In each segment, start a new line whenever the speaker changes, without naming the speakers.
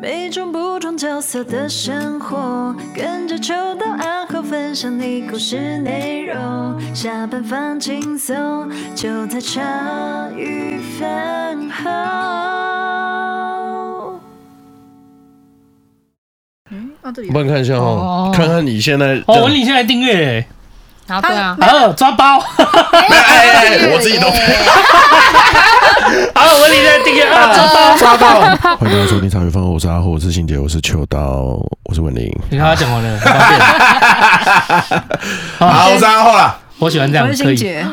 每种不同角色的生活，跟着秋到暗号分享你故事内容。下班放轻松，就在茶余饭后。
嗯，哦，这里
我帮你看一下哈
哦，
看看你现在这
哦，
样
我领现在订阅，
啊
对啊，啊，抓包，
哎哎哎，我自己
哦
都
啊，我领现在订阅啊，抓包。
抓到。欢迎大家收听《茶余饭后》，我是阿虎，我是欣姐，我是秋刀，我是文 玲。
你看他讲完了，很方便
好，我是阿虎啦。
我喜欢这样
我，是
可
欣
以。
姐，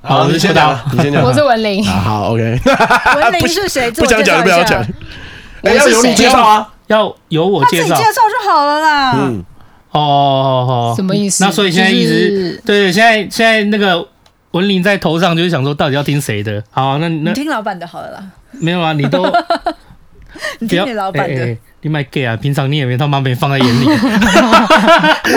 好，我
你
是秋
先
刀
讲，，你先 讲。
我是文玲，
啊，好，OK，
文玲是谁？
不想讲就不要讲
自。
哎，要由你介绍啊。
要由我
我
介
介绍一下，
绍
他自己介绍就好了啦。
嗯，
哦哦哦，
什么意思？
那所以现在一直
就是
对，现在现在那个文林在头上，就是想说到底要听谁的？好啊、那那
你听老板的好了啦，
没有啊，你都 不
你听
要
你老板
哎哎
的。
哎你买 gay 啊？平常你也没他妈没放在眼 里，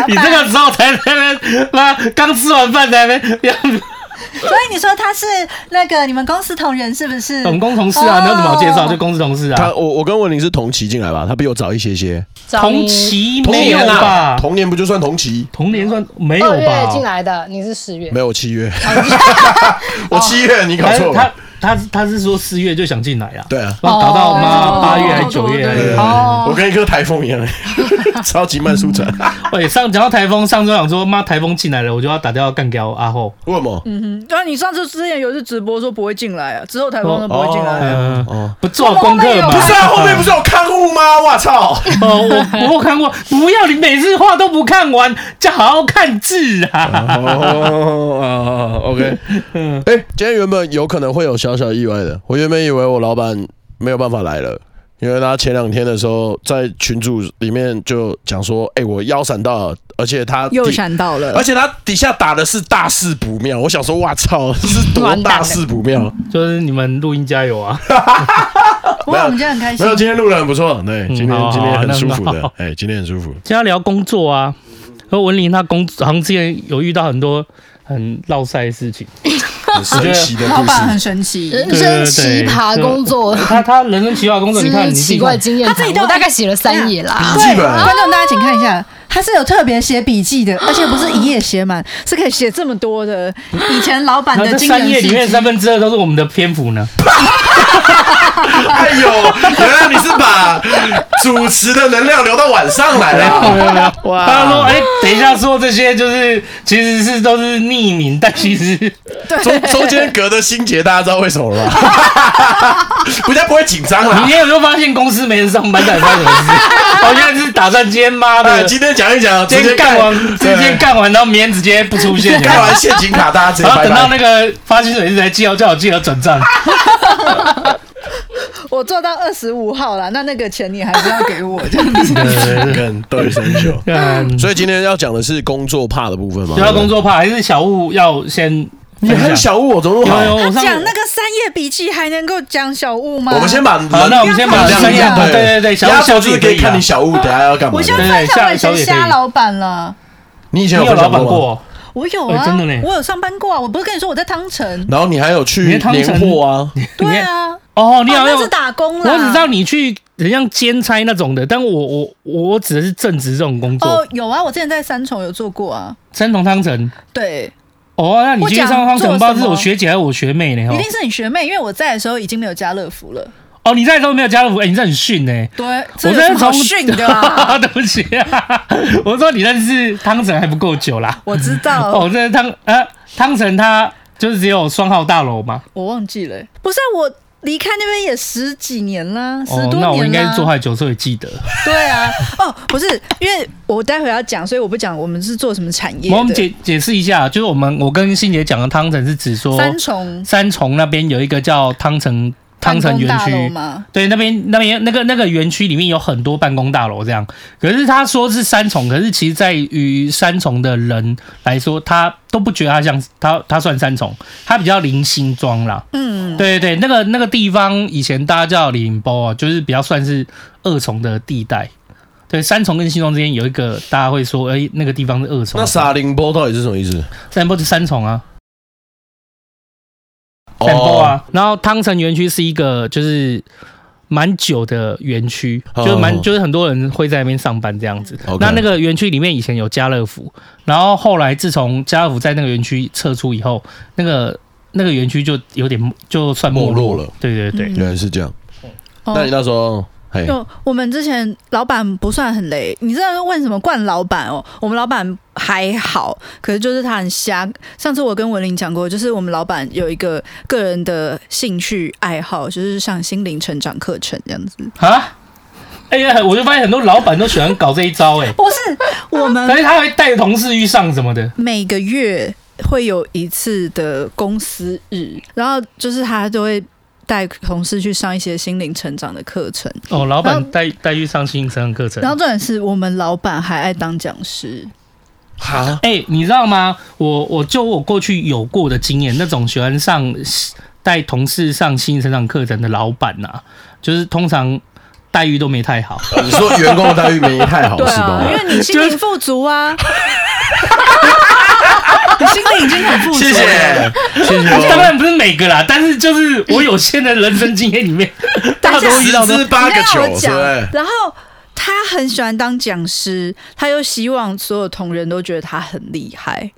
你这个时候才在那边，妈刚吃完饭才在那边，
所以你说他是那个你们公司同仁是不是？
总工同事啊，你要怎么好介绍？
哦
就公司同事啊
他，我我跟文玲是同期进来吧，他比我早一些些，
找你
同期
同
没有
年啦，
吧？
同年不就算同期？
同年算没有
二月进
吧？
来的，你是十月
没，有，我七月，
哦
我七月，你搞
他
错
他
了。
他他是说四月就想进来啊，
对啊，
然后搞到
哦
妈八月还
哦
九月还
对
是
对
哦
我跟一颗台风一样， 超级慢速船。
嗯
喂，哎上讲到台风，上周想说妈台风进来了，我就要打电话干掉阿后。
为什么？
嗯，然后你上次之前有一次直播说不会进来啊，之后台风都不会进来。
嗯、
哦，
不做功课嘛？
不是啊，后面不是有看护吗？我操！
哦，我我看过，不要你每次话都不看完，就好好看字啊。
哦啊，OK，哎、今天原本有可能会有小小意外的，我原本以为我老板没有办法来了，因为他前两天的时候在群组里面就讲说，哎、我腰闪到了，而且他底
又，闪到了
而，且他底下打的是大事不妙，我想说，哇操，这是多
完蛋
大
了
事不妙？
就是你们录音加油 啊！
不过我们今天很开
没
心
有，。今天录的很不错，对，今天、
好好
今天
好
很舒服
那
的
那好，
哎、今天很舒服。
今天要聊工作啊，而文林他工好像之前有遇到很多很绕塞的事情，
很神奇的
老
故
板很
事，
神奇，
呃
人生奇葩工作，
他他人生奇葩 工作，你看
之
你自己
奇怪
看，
经验
他
谈，
自己都
我大概写了三页啦
啊
笔。记本
观众大家请看一下，他是有特别写笔记 的，而且不是一页写满，是可以写这么多的。以前老板
嗯那
的
这
经
三
验
页里面三分之二都是我们的篇幅 呢。
哎呦，原来你是把主持的能量留到晚上来啊了。哇
他说：“哎、等一下，说这些就是其实是都是匿名，但其实
中中间隔的心结，大家知道为什么了吧？ 比较不会紧张啊
你
啦。
也有没有发现公司没人上班，在发生什么事？ 好像是打算今天妈
哎，
的，
今天讲一讲，
今
直接
天干完，直接
对
干完，然后明天直接不出现，
干完现金卡，大家直接
然后
拜
等到
拜。
那个发薪水日才寄，叫我记得转账。
我做到二十五号啦，那那个钱你还是要给我 这样
对对对
跟斗鱼生锈。
嗯，
所以今天要讲的是工作怕的部分嘛？
就要工，作怕，还是小物要先
你
分享
哎很小物，哦啊我怎么那
有有
么好？
我上
讲那个三页笔记还能够讲小物吗？
我们先把
好，那我们先把
不要
三页对
看，
对对，小
压
物
轴
小物
就
也
是
可
可以
以啊
看你小物，等下要干嘛
我？先
对
分享我以
小
前
野可以
虾老板了。
你以前
你
有
有
分享
老板
过吗？
过？
我有
哎
啊，
真的呢
我有上班过啊！我不是跟你说我在汤臣？
然后你还有
你
去
的汤
年
臣
货啊？
对啊，
哦，你好
哦那
像
是打工啦。
我只知道你去很像兼差那种的，但我我我指的是正职这种工作
哦，，有啊，我之前在三重有做过啊。
三重汤臣。
对，
哦，那你去上汤
我
城
讲
包
做什
是
么
我学姐还是我学妹呢？
一
哦
定是你学妹，因为我在的时候已经没有家乐福了。
哦，你在的时候没有家乐福，哎，你这很逊呢。
对，
我
这有什么
从
好训的 啊
对不起啊，我说你认识汤臣还不够久啦。
我知道，
哦，这是汤呃汤臣它就是只有双号大楼嘛。
我忘记了。不是啊、我离开那边也十几年啦，十
哦
多年，啦。
那我应该是做坏久，所以记得。
对啊，哦，不是，因为我待会要讲，所以我不讲我们是做什么产业的。
我们解解释一下，就是我们我跟欣姐讲的汤臣是指说
三重
三重那边有一个叫汤臣汤臣园
办公大楼
区，
嘛，
对，那边那边那个那个园区里面有很多办公大楼这样，可是他说是三重，可是其实在于三重的人来说，他都不觉得他像他他算三重，他比较零新庄啦。
嗯，
对对，那个那个地方以前大家叫林波啊，就是比较算是二重的地带。对，三重跟新庄之间有一个，大家会说，哎、那个地方是二重。
那沙林波到底是什么意思？
三波是三重啊，
哦
哦
三波啊。然后汤臣园区是一个就是蛮久的园区，
哦
就是蛮就是很多人会在那边上班这样子。
OK
那那个园区里面以前有家乐福，然后后来自从家乐福在那个园区撤出以后，那个那个园区就有点就算没
没
落
落了。
对对对，
原来是这样。
嗯哦
那你那时候，嘿，
就我们之前老板不算很雷，你知道问什么惯老板哦？我们老板还好，可是就是他很瞎。上次我跟文玲讲过，就是我们老板有一个个人的兴趣爱好，就是上心灵成长课程这样子。
啊。哎呀，我就发现很多老板都喜欢搞这一招、哎，
不是，我
但
们
是他会带着同事遇上什么的，
每个月会有一次的公司日，然后就是他都会带同事去上一些心灵成长的课程。
哦，老
然
板
后
带带遇上新生课程
然，后重点是我们老板还爱当讲师。
哈，
哎、你知道吗？我我就我过去有过的经验，那种喜欢上带同事上心理成长课程的老板呐、就是通常待遇都没太好。
哦
你说员工的待遇没太好
对
是
啊，
吗
因？为你心灵富 足啊， 你心灵已经很富足了。
谢
啊
谢，
谢谢
当
哦。
然不是每个啦，但是就是我有限的人生经验里 面，大多遇
十
到都
之八个
你让
球，
我
是
讲
不是？
然后他很喜欢当讲师，他又希望所有同仁都觉得他很厉害。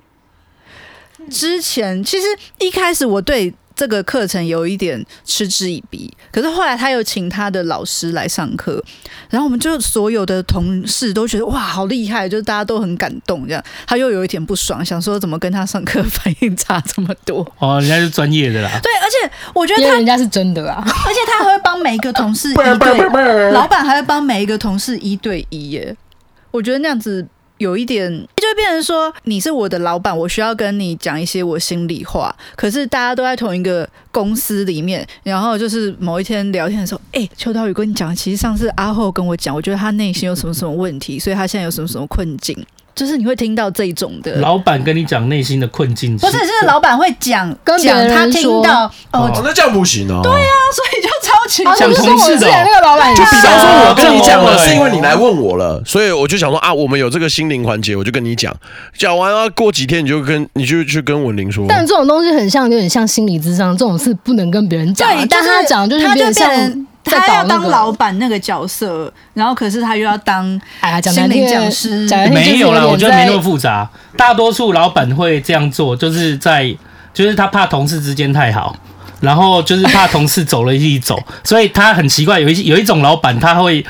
之前其实一开始我对这个课程有一点嗤之以鼻，可是后来他有请他的老师来上课，然后我们就所有的同事都觉得哇好厉害，就是大家都很感动这样。他又有一点不爽，想说怎么跟他上课反应差这么多？
哦，人家是专业的啦。
对，而且我觉得
因
他
为人家是真的啊，
而且他还会帮每一个同事一对，老板还会帮每一个同事一对一耶。我觉得那样子有一点，就会变成说你是我的老板，我需要跟你讲一些我心里话。可是大家都在同一个公司里面，然后就是某一天聊天的时候，哎、邱道宇跟你讲，其实上次阿后跟我讲，我觉得他内心有什么什么问题，所以他现在有什么什么困境，就是你会听到这种的。
老板跟你讲内心的困境，
不是，是老板会讲
跟别
讲
人
他听
说
到哦，
哦，那这样不行哦。对呀，
所以就超级
啊，
讲
那就跟
同
我
事
之
的哦
前那个老板也
比
是
方
啊，
说我跟你讲
这么
了，
哦
over
是因为你来问我了，所以我就想说啊，我们有这个心灵环节，我就跟你讲，讲完了过几天你就跟你就去跟文玲说。
但这种东西很像，有点像心理智商，这种事不能跟别人讲啊。
对，
但
是
他讲就是
他
有
就
点
变
像
成
在
他
搞
要
那
当
个
老板那个角色，然后可是他又要当
哎呀，讲
心
难
灵
听
讲
点
师
讲难听就是
没有啦，
点
我觉得没那么
在
复杂。大多数老板会这样做，就是在就是他怕同事之间太好，然后就是怕同事走了一起走，所以他很奇怪，有一些有一种老板他会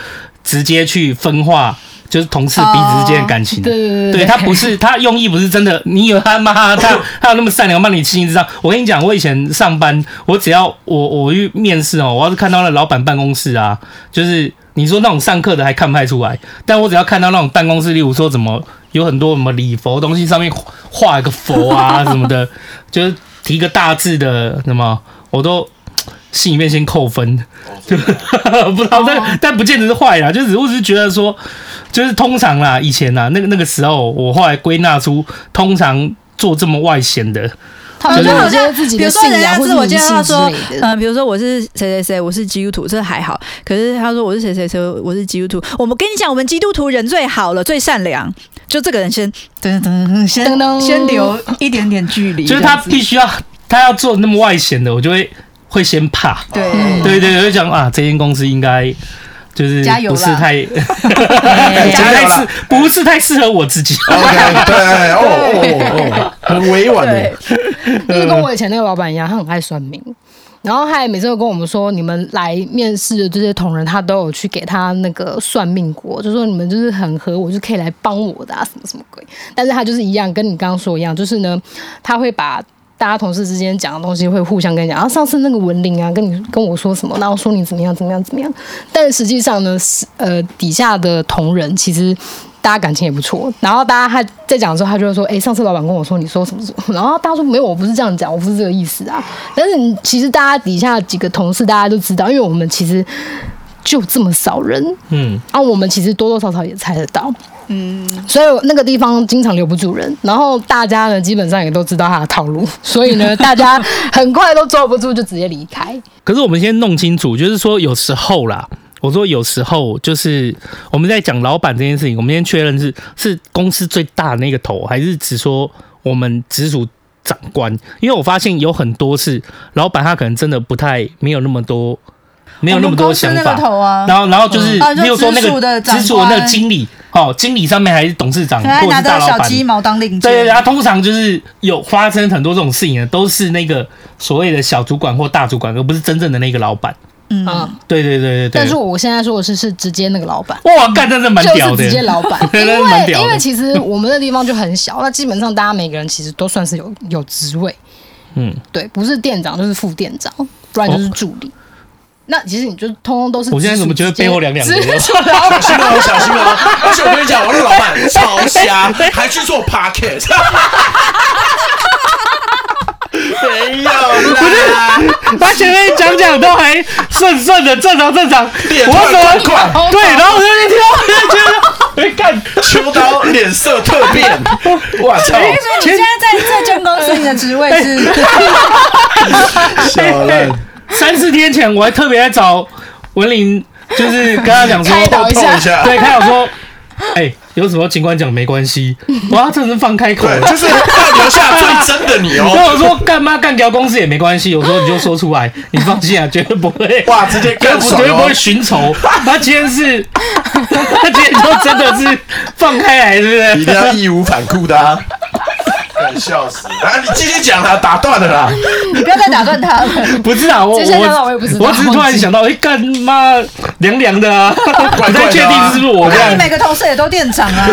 直接去分化。就是同事彼此之间的感情，
哦对对对对
对他不是他用意不是真的，你以为他妈他他有那么善良帮你清一智商？我跟你讲，我以前上班，我只要我我去面试哦，我要是看到那老板办公室啊，就是你说那种上课的还看不太出来，但我只要看到那种办公室，例如说怎么有很多什么礼佛东西上面画一个佛啊什么的，就是提个大字的什么，我都心里面先扣分，就 不知道，但但不见得是坏啦，就只我只是觉得说，就是通常啦，以前啦，那个那个时候，我后来归纳出，通常做这么外显的，
他们
就
就
好
有
像
些自己
比
的
如说
信
人家
仰或
自
者
我
迷
介
信
绍他
之
说
类，的。
嗯，比如说我是谁谁谁，我是基督徒，这还好。可是他说我是谁谁谁，我是基督徒。我们跟你讲，我们基督徒人最好了，最善良。就这个人先噔噔先
噔噔
先留一点点距离，
就是
这
他
样子
必须要他要做那么外显的，我就会会先怕，
对
嗯对对，我就讲啊，这间公司应该就是
嗯加油
不
啦哎
是太
加油
不是
对
太
啦
适不是太适合我自己。
OK，对，哦哦哦，很委婉的
对。
就是跟我以前那个老板一样，他很爱算命，然后他也每次都跟我们说，你们来面试的这些同仁，他都有去给他那个算命过，就说你们就是很合我，就可以来帮我的啊，什么什么鬼。但是他就是一样，跟你刚刚说一样，就是呢，他会把。大家同事之间讲的东西会互相跟你讲，然、后上次那个文玲啊，跟你跟我说什么，然后说你怎么样怎么样怎么样，但是实际上呢，是呃底下的同仁其实大家感情也不错，然后大家他在讲的时候，他就会说，哎、上次老板跟我说你说什么什么， 然后大家说没有，我不是这样讲，我不是这个意思啊。但是你其实大家底下几个同事大家都知道，因为我们其实就这么少人，
嗯，
啊，我们其实多多少少也猜得到，嗯，所以那个地方经常留不住人，然后大家呢基本上也都知道他的套路，所以呢大家很快都坐不住就直接离开，
可是我们先弄清楚，就是说有时候啦，我说有时候就是我们在讲老板这件事情，我们先确认是是公司最大的那个头，还是只说我们直属长官？因为我发现有很多是老板他可能真的不太没有那么多没有那么多想
我们公
法
司那个。头啊，
然后，然后就是，
嗯啊就
比如说那
直属的
个
长
直属的那个
官
经理，哦，经理上面还是董事长
可爱
或者
拿
是大
着
老
小
板，
鸡毛当令箭，
对对，对，他通常就是有发生很多这种事情的，都是那个所谓的小主管或大主管，而不是真正的那个老板。
嗯，
嗯，
对对对对对。
但是我现在说的是是直接那个老板。
哇，干，真的蛮
就
屌
是
的，
直，接老板 因
真的蛮
为
屌的
因为其实我们的地方就很小，那基本上大家每个人其实都算是有有职位，
嗯，
对，不是店长就是副店长，不然就是助理。那其实你就通通都是直属直接。
哦我现在怎么觉得背后凉凉的
直属老 板
小心哦，小心哦！而且我跟你讲，我那老板超瞎，还去做 pocket。没有啦，
他前面讲讲都还顺顺的，正常正常，我怎
脸突然
么
快，
哦
对？然后我就一听到，我就觉 得，哎干，
秋刀脸色特变，我操！
所以你现在在在间公司，你的职位是
笑烂。
三四天前我还特别来找文林，就是跟他讲说，
开导一下
一下
对，开导说，哎，有什么尽管讲没关系，哇，这人放开口
对，就是要留下最真的你
你跟
哦。
我说干妈干掉公司也没关系，我说你就说出来，你放心啊，绝对不会。
哇，直接
我
干
绝
爽
对不
哦
会！寻仇，他今天是，他今天就真的是放开来，对不
一定？
对
要义无反顾的、啊。笑死！啊，你继续讲啦，打断了啦。
你不要再打 断他了。
不是啊，我
这些想法我也不知道
我只是突然想到，哎、干妈凉凉的啊，
怪
不
的啊
太确定是不是我这
哎那你
样，
每个同事也都店长啊，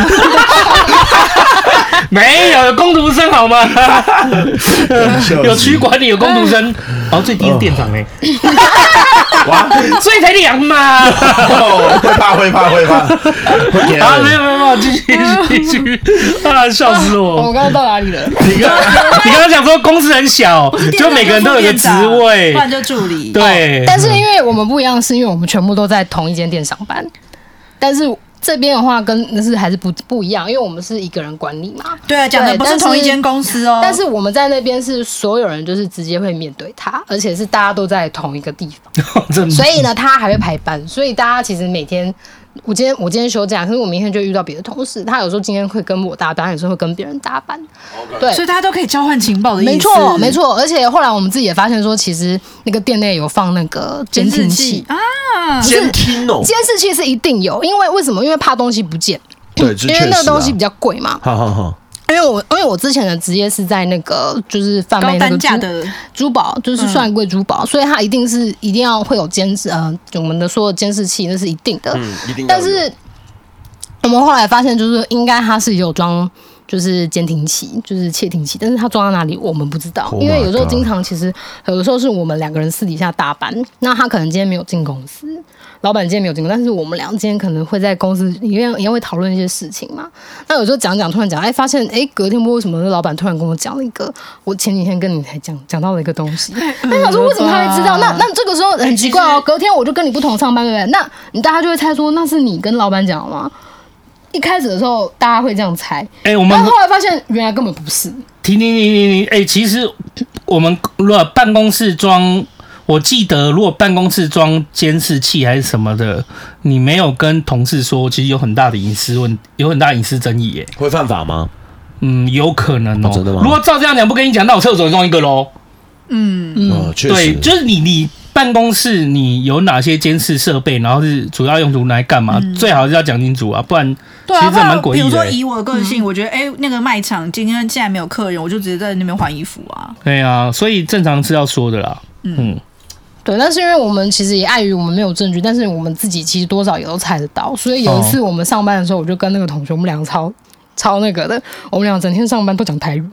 没有有工读生好吗？
笑死
有区管理，有工读生，然后最低是店长哎、
哇，
所以才凉嘛。
哦，会怕会怕会怕， 会给
啊，
他
没有没有没有，继 续
嗯
继续 啊，笑死
我
我！
刚刚到哪里了？
你刚 你刚刚讲说公司很小， 就每个人都有一个职位
不，然就助理。
对，
但是因为我们不一样，是因为我们全部都在同一间店上班，但是这边的话跟那是还是不不一样，因为我们是一个人管理嘛。
对，啊讲的不是
但是
同一间公司哦。
但是我们在那边是所有人就是直接会面对他，而且是大家都在同一个地方，
真
嗯
所以呢他还会排班，所以大家其实每天。我今天我今天休假，可是我明天就遇到别的同事，他有时候今天会跟我搭班，有时候会跟别人搭班，对，
所以大家都可以交换情哦报的意思。
没错，没，错。而且后来我们自己也发现说，其实那个店内有放那个监
监视
听
器
器，
啊，
监听哦。
监视器是一定有，因为为什么？因为怕东西不见，
对，这
因
确
为那个
实啊
东西比较贵嘛。
好好好，
因为我因为我之前的职业是在那个就是贩卖
高
那个
单价
珠
的
珠宝，就是算贵珠宝，所以它一定是一定要会有监视，呃，我们的所有监视器那是一定的。
嗯，一定要
但
有。
是我们后来发现，就是应该它是有装。就是监听器，就是窃听器，但是它装在哪里我们不知道
Oh
因为
my
有时候
God
经常其实有的时候是我们两个人私底下搭班，那他可能今天没有进公司，老板今天没有进公司，但是我们俩今天可能会在公司里面也会讨论一些事情嘛。那有时候讲讲，突然讲，哎，发现哎，隔天不知道为什么那老板突然跟我讲了一个，我前几天跟你才讲讲到了一个东 西，那想说为什么他会知道？
嗯
那那这个时候很奇怪哦，隔天我就跟你不同上班，对不对？那你大家就会猜说那是你跟老板讲的吗？一开始的时候大家会这样猜，
哎，我们
然后后来发现原来根本不是，
停停停停停！哎、其实我们如果办公室装，我记得如果办公室装监视器还是什么的，你没有跟同事说，其实有很大的隐私问，有很大的隐私争议耶。
会犯法吗？
嗯，有可能哦。
哦真的吗
如果照这样讲，不跟你讲，那我厕所装一个喽。
嗯，
哦
嗯，确
对，
实，
就是你你办公室你有哪些监视设备，然后是主要用途拿来干嘛？
嗯
最好是要讲清楚啊，不然
对啊，
其实
不
这
然
蛮诡
比如
异
说
的耶。欸
以我的个性，
嗯
我觉得哎、那个卖场今天既然没有客人，我就直接在那边换衣服啊。
对啊，所以正常是要说的啦。嗯，
对，但是因为我们其实也碍于我们没有证据，但是我们自己其实多少也都猜得到，所以有一
嗯
次我们上班的时候，我就跟那个同学，我们俩超超那个的，我们俩整天上班都讲台语，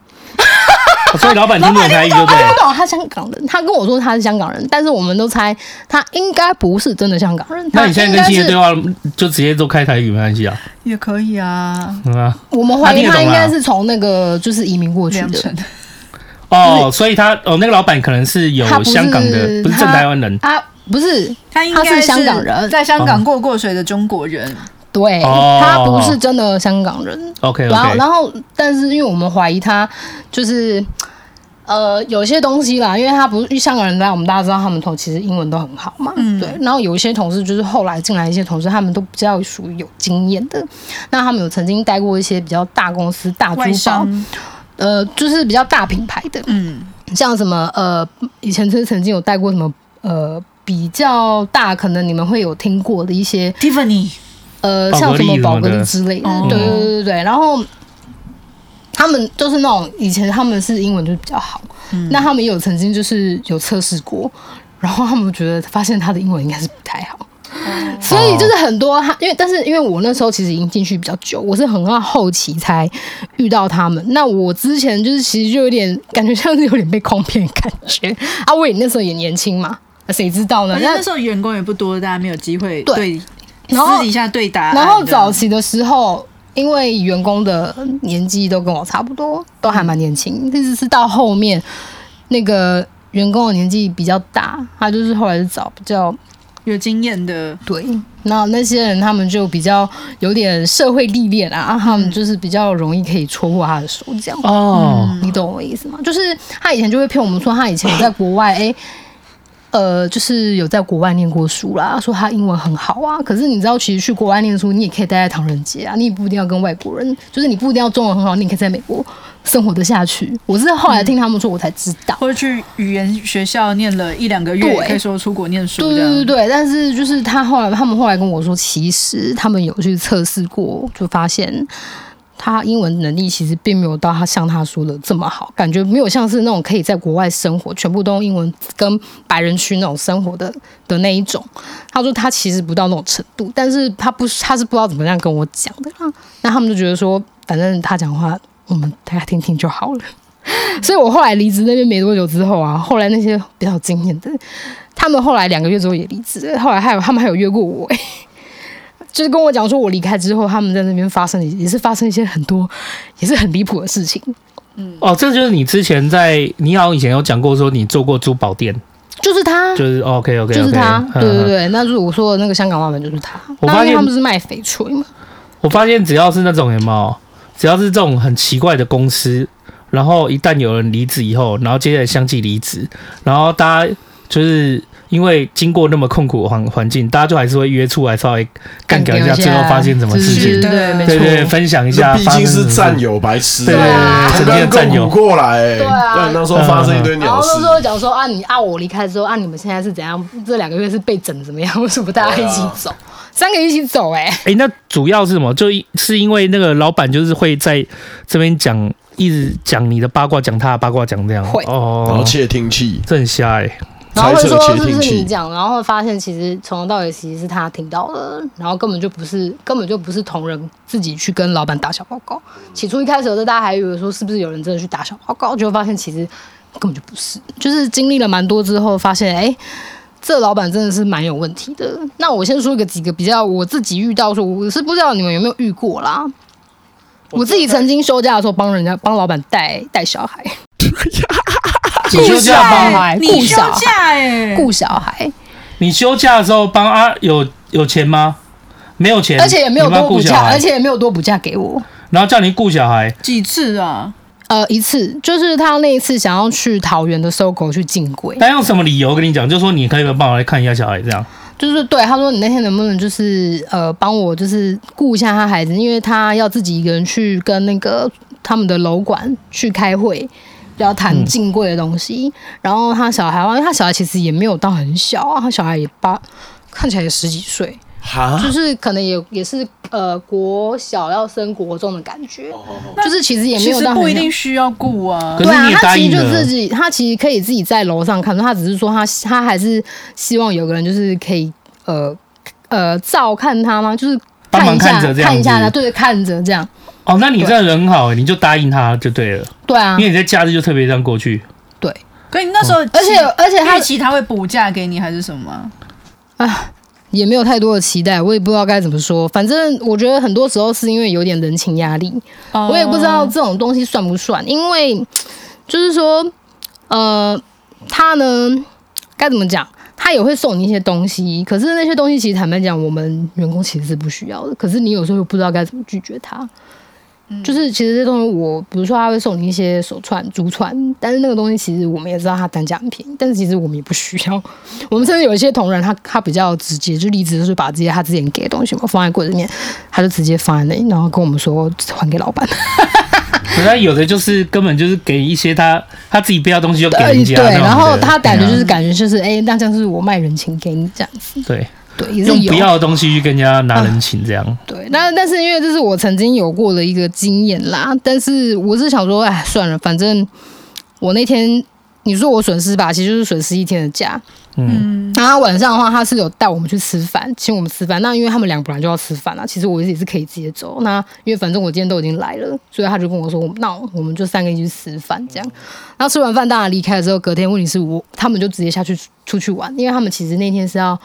所以老板听
老
不懂
板
台
听
语，
不
对
懂，他听？
不对
不懂，他香港人，他跟我说他是香港人，但是我们都猜他应该不是真的香港人，
那
他
你现
应
在跟
该
新的
是
对话就直接都开台语没关系啊，
也可以啊，
嗯啊，
我们怀疑他
他听得懂
应
啦
该是从那个就是移民过去
两
的
成，。
哦，所以他哦那个老板可能是有
他不是
香港的，不是正台湾人
啊，不是，
他应该
他是香港人
在香港过过水的中国人。
对，
哦
他不是真的香港人。
，OK
然后，
OK，
然后，但是因为我们怀疑他，就是呃，有些东西啦，因为他不是香港人来，我们大家知道他们头其实英文都很好嘛，
嗯
对。然后有一些同事就是后来进来一些同事，他们都比较属于有经验的，那他们有曾经待过一些比较大公司、大珠
外
宝，
商，
呃，就是比较大品牌的，
嗯，
像什么呃，以前就是曾经有带过什么呃比较大，可能你们会有听过的一些
Tiffany，
呃，
宝
像
格
什么
丽
宝
什么
格丽
的
之类的，
哦
对对对对对。然后他们就是那种以前他们是英文就比较好，那他们也有曾经就是有测试过，然后他们觉得发现他的英文应该是不太好。所以就是很多他，因为但是因为我那时候其实已经进去比较久，我是很到后期才遇到他们。那我之前就是其实就有点感觉像是有点被诓骗的感觉啊，我也那时候也年轻嘛，谁知道呢？
而且
那
那时候员工也不多，大家没有机会
对
对
然后
私底下对答案这
然
样。
后早期的时候，因为员工的年纪都跟我差不多，都还蛮年轻。但是是到后面那个员工的年纪比较大，他就是后来就找比较
有经验的，
对。那那些人他们就比较有点社会历练啊，他们就是比较容易可以戳破他的手这样。
哦，
你懂我意思吗？就是他以前就会骗我们说他以前有在国外，诶，呃，就是有在国外念过书啦，说他英文很好啊。可是你知道，其实去国外念书，你也可以待在唐人街啊，你也不一定要跟外国人，就是你不一定要中文很好，你也可以在美国生活的下去。我是后来听他们说，我才知道。
或者去语言学校念了一两个月，
对
也可以说出国念书
对
这
对
样。
对对，但是就是他后来，他们后来跟我说，其实他们有去测试过，就发现他英文能力其实并没有到他像他说的这么好，感觉没有像是那种可以在国外生活，全部都用英文跟白人区那种生活的的那一种。他说他其实不到那种程度，但是他不他是不知道怎么样跟我讲的啦。那他们就觉得说，反正他讲话我们大家听听就好了。 所以我后来离职那边没多久之后啊，后来那些比较有经验的，他们后来两个月之后也离职了，后来还有他们还有约过我、 欸，就是跟我讲说我离开之后，他们在那边发生的也是发生一些很多也是很离谱的事情，嗯
哦，这就是你之前在你好像以前有讲过说你做过珠宝店，
就是他。
就是 OK OK，嗯
就是他，对对对，那就是我说的那个香港老板，就是他。
我
那
发
因为
现
他们是卖翡翠嘛，
我发现只要是那种有没有，只要是这种很奇怪的公司，然后一旦有人离职以后，然后接着相继离职，然后大家就是因为经过那么痛苦的环环境，大家就还是会约出来稍微干掉一下，
干掉一
最
下
后发现什么事
是
情，
对，没
对对，
错，
分享一下
这
发
毕
生什
竟
么事，
是战友白痴，
对，对对对，
同
整天
甘
的战
共苦
友，
过来，对
啊
那时候发生一堆
然
鸟
后那
事
时，候讲说啊，你啊我离开之后啊，你们现在是怎样？这两个月是被整怎么样？为什么大家一起走？
啊
三个一起走、欸？哎，
哎、那主要是什么？就是因为那个老板就是会在这边讲，一直讲你的八卦，讲他的八卦，讲这样。
会
然后
哦，
窃听器，
这很瞎哎、
然后会说
猜
是不
测窃听
是
器
你讲，然后发现其实从头到尾其实是他听到的，然后根本就不是根本就不是同仁自己去跟老板打小报告。起初一开始的时候，大家还以为说是不是有人真的去打小报告，结果发现其实根本就不是，就是经历了蛮多之后，发现哎。这老板真的是蛮有问题的。那我先说一个几个比较我自己遇到说，我是不知道你们有没有遇过啦。我自己曾经休假的时候帮人家帮老板带带小孩，
你休假帮
哎
你
顾
休
小
假哎、
顾小孩，
你休假的时候帮啊有有钱吗？没有钱，
而且也没有
你帮
多
顾
补
小
假，
孩，
而且哎也没有多补假给我。
然后叫你顾小孩，
几次啊？
呃，一次就是他那一次想要去桃园的搜狗去进柜，
但用什么理由跟你讲？就说你可以帮我来看一下小孩这样。
就是对他说你那天能不能就是呃帮我就是顾一下他孩子，因为他要自己一个人去跟那个他们的楼管去开会，要谈进柜的东西。然后他小孩，因为他小孩其实也没有到很小啊，他小孩也八，看起来也十几岁，
哈，
就是可能也也是呃国小要升国中的感觉，就是其实也没
其
有
实
到很
不一
小
定需要顾啊
可。
对
是
啊
你，也
他
答
其
应
实就
了
自己，他其实可以自己在楼上看，他只是说他他还是希望有个人就是可以呃呃照看他吗？就是
帮忙
一下
看着这样
看一下
子
他，对，看着这样，
哦，那你这样人很好、欸，你就答应他就对了，
对啊
因，为你在假日就特别这样过去。
对，
可你那时候，
而且而且他
预期他会补假给你还是什么啊？
也没有太多的期待，我也不知道该怎么说。反正我觉得很多时候是因为有点人情压力，我也不知道这种东西算不算，因为就是说，呃，他呢该怎么讲？他也会送你一些东西，可是那些东西其实坦白讲，我们员工其实是不需要的。可是你有时候又不知道该怎么拒绝他，就是其实这东西我，比如说他会送你一些手串、珠串，但是那个东西其实我们也知道它单价很便宜，但是其实我们也不需要。 我们甚至有一些同仁他，他比较直接，就离职就是把这些他之前给的东西嘛放在柜子里面，他就直接放在那里，然后跟我们说还给老板。
可是他有的就是根本就是给一些他他自己不要的东西就给人家，
呃对，然后
他
他感觉
啊
就是感觉就是，哎、那这样就是我卖人情给你这样子，
对
对，也是
用
有
不要的东西去跟人家拿人情这样，
对，那但是因为这是我曾经有过的一个经验啦，但是我是想说，哎，算了，反正我那天你说我损失吧，其实就是损失一天的假。
嗯，
然后晚上的话，他是有带我们去吃饭，请我们吃饭。那因为他们俩本来就要吃饭啊啦，其实我也是可以直接走。那因为反正我今天都已经来了，所以他就跟我说，嗯那我们就三个一起去吃饭这样。然后吃完饭，大家离开了之后，隔天问题是我他们就直接下去出去玩，因为他们其实那天是要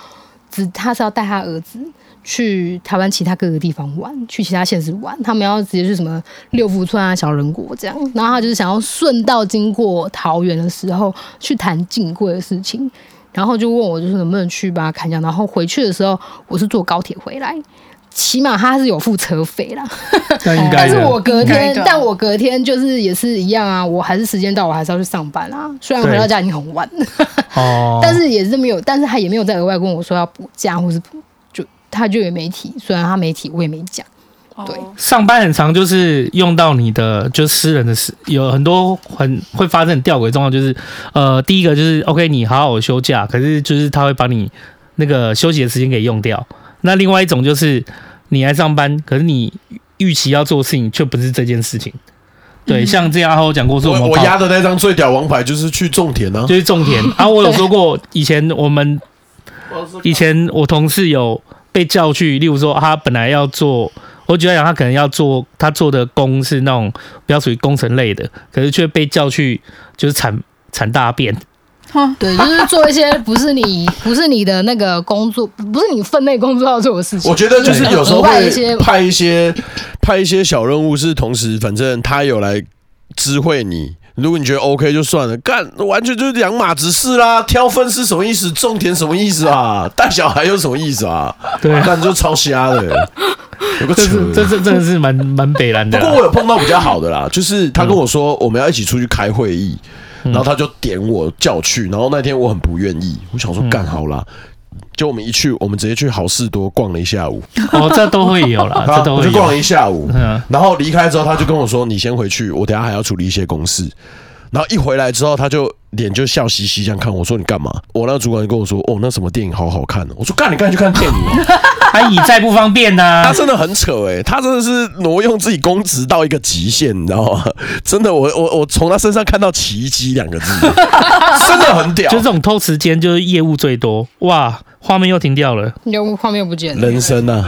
只他是要带他儿子去台湾其他各个地方玩，去其他县市玩，他们要直接去什么六福村啊、小人国这样。然后他就是想要顺道经过桃园的时候去谈进贵的事情，然后就问我就是能不能去吧，看一下。然后回去的时候我是坐高铁回来。起码他是有付车费啦，
那应该
但
的
是我隔
应该
天
的，
但我隔天就是也是一样啊，我还是时间到，我还是要去上班啊。虽然
对
回到家已经很晚了，
哦，
但是也是没有，但是他也没有再额外跟我说要补假或是补，就他就也没提，虽然他没提，我也没讲。
哦
对
上班很长，就是用到你的就是私人的事，有很多很会发生很吊诡的状况，就是呃，第一个就是 OK，你好好休假，可是就是他会把你那个休息的时间给用掉。那另外一种就是你来上班，可是你预期要做的事情却不是这件事情。对，像之前阿豪讲过，
嗯
说
我
们
我
跑
压的那张最屌王牌就是去种田啊，
就是种田。啊，我有说过，以前我们以前我同事有被叫去，例如说他本来要做，我觉得讲他可能要做他做的工是那种比较属于工程类的，可是却被叫去就是铲铲大便，
哦
对，就是做一些不是你不是你的那个工作，不是你分内工作要做的事情。
我觉得就是有时候
额外一
会
些
派一些派一些小任务，是同时反正他有来知会你。如果你觉得 OK 就算了，干完全就是两码子事啦。挑粪是什么意思？种田什么意思 啊？带小孩又什么意思啊？
对啊
干就超瞎 的，有个
这
扯。
是这这真的是蛮蛮北蓝的
不
啦。
过我有碰到比较好的 啦，就是他跟我说我们要一起出去开会议，
嗯
然后他就点我叫我去，然后那天我很不愿意，我想
嗯
说干好啦，就我们一去，我们直接去好事多逛了一下午，
哦，这都会有 啦，这
啊
都
我
会
就逛了
有。
一下午，
嗯，
然后离开之后他就跟我说你先回去，我等一下还要处理一些公事。然后一回来之后，他就脸就笑嘻嘻这样看我说：“你干嘛？”我那个主管就跟我说：“哦，那什么电影好好看哦。”我说：“干，你干去看电影哦。”
阿姨再啊不方便呐
他，真的很扯哎、他真的是挪用自己公职到一个极限，你知道吗？真的，我我我从他身上看到奇迹两个字， 真的很屌
就。这种偷时间就是业务最多哇，画面又停掉了。
你的画面又不见了。
人生啊，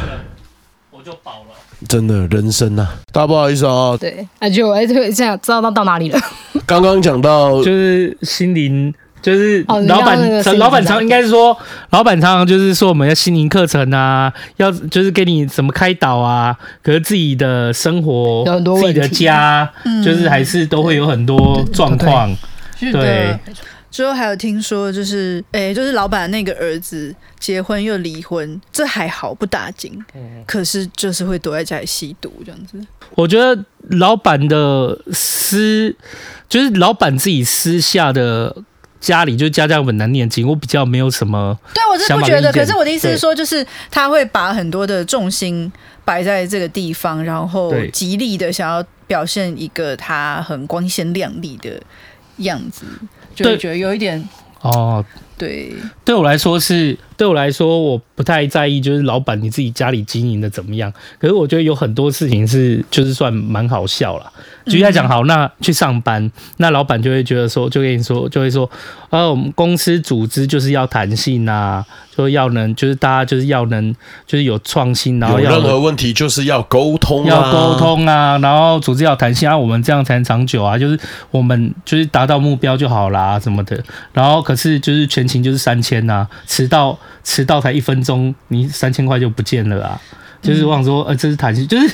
我就饱了。
真的人生啊，大家不好意思啊，
对，而且我哎，对，现在知道到到哪里了。
刚刚讲到
就是心灵，就是
哦你
老板
要那个，心灵
老板
辅导
常应该是说，老板常常就是说我们要心灵课程啊，要就是给你怎么开导啊，可是自己的生活
有很多问
自
题嗯
己的家，就是还是都会有很多状况。
是
对
的。之后还有听说，就是诶、就是老板那个儿子结婚又离婚，这还好不打紧，
嗯
可是就是会躲在家里吸毒这样子。
我觉得老板的私，就是老板自己私下的家里，就家家有本难念的经，我比较没有什么。
对，我是
想
不
法
觉
跟
得。
意见
可是我的意思是说，就是他会把很多的重心摆在这个地方，然后
对
极力的想要表现一个他很光鲜亮丽的样子，就会
对
觉得有一点
哦，
对。
对我来说是，对我来说我不太在意，就是老板你自己家里经营的怎么样。可是我觉得有很多事情是，就是算蛮好笑啦。举例来讲，好，那去上班，那老板就会觉得说，就跟你说，就会说，呃，我们公司组织就是要弹性啊，就要能，就是大家就是要能，就是有创新，然
有
后要
任何问题就是要沟通、啊，
要沟。通啊，然后组织要弹性啊，我们这样才能长久啊，就是我们就是达到目标就好啦，什么的。然后可是就是全勤就是三千呐，迟到迟到才一分钟，你三千块就不见了啊。就是我想说，呃，这是弹性，就是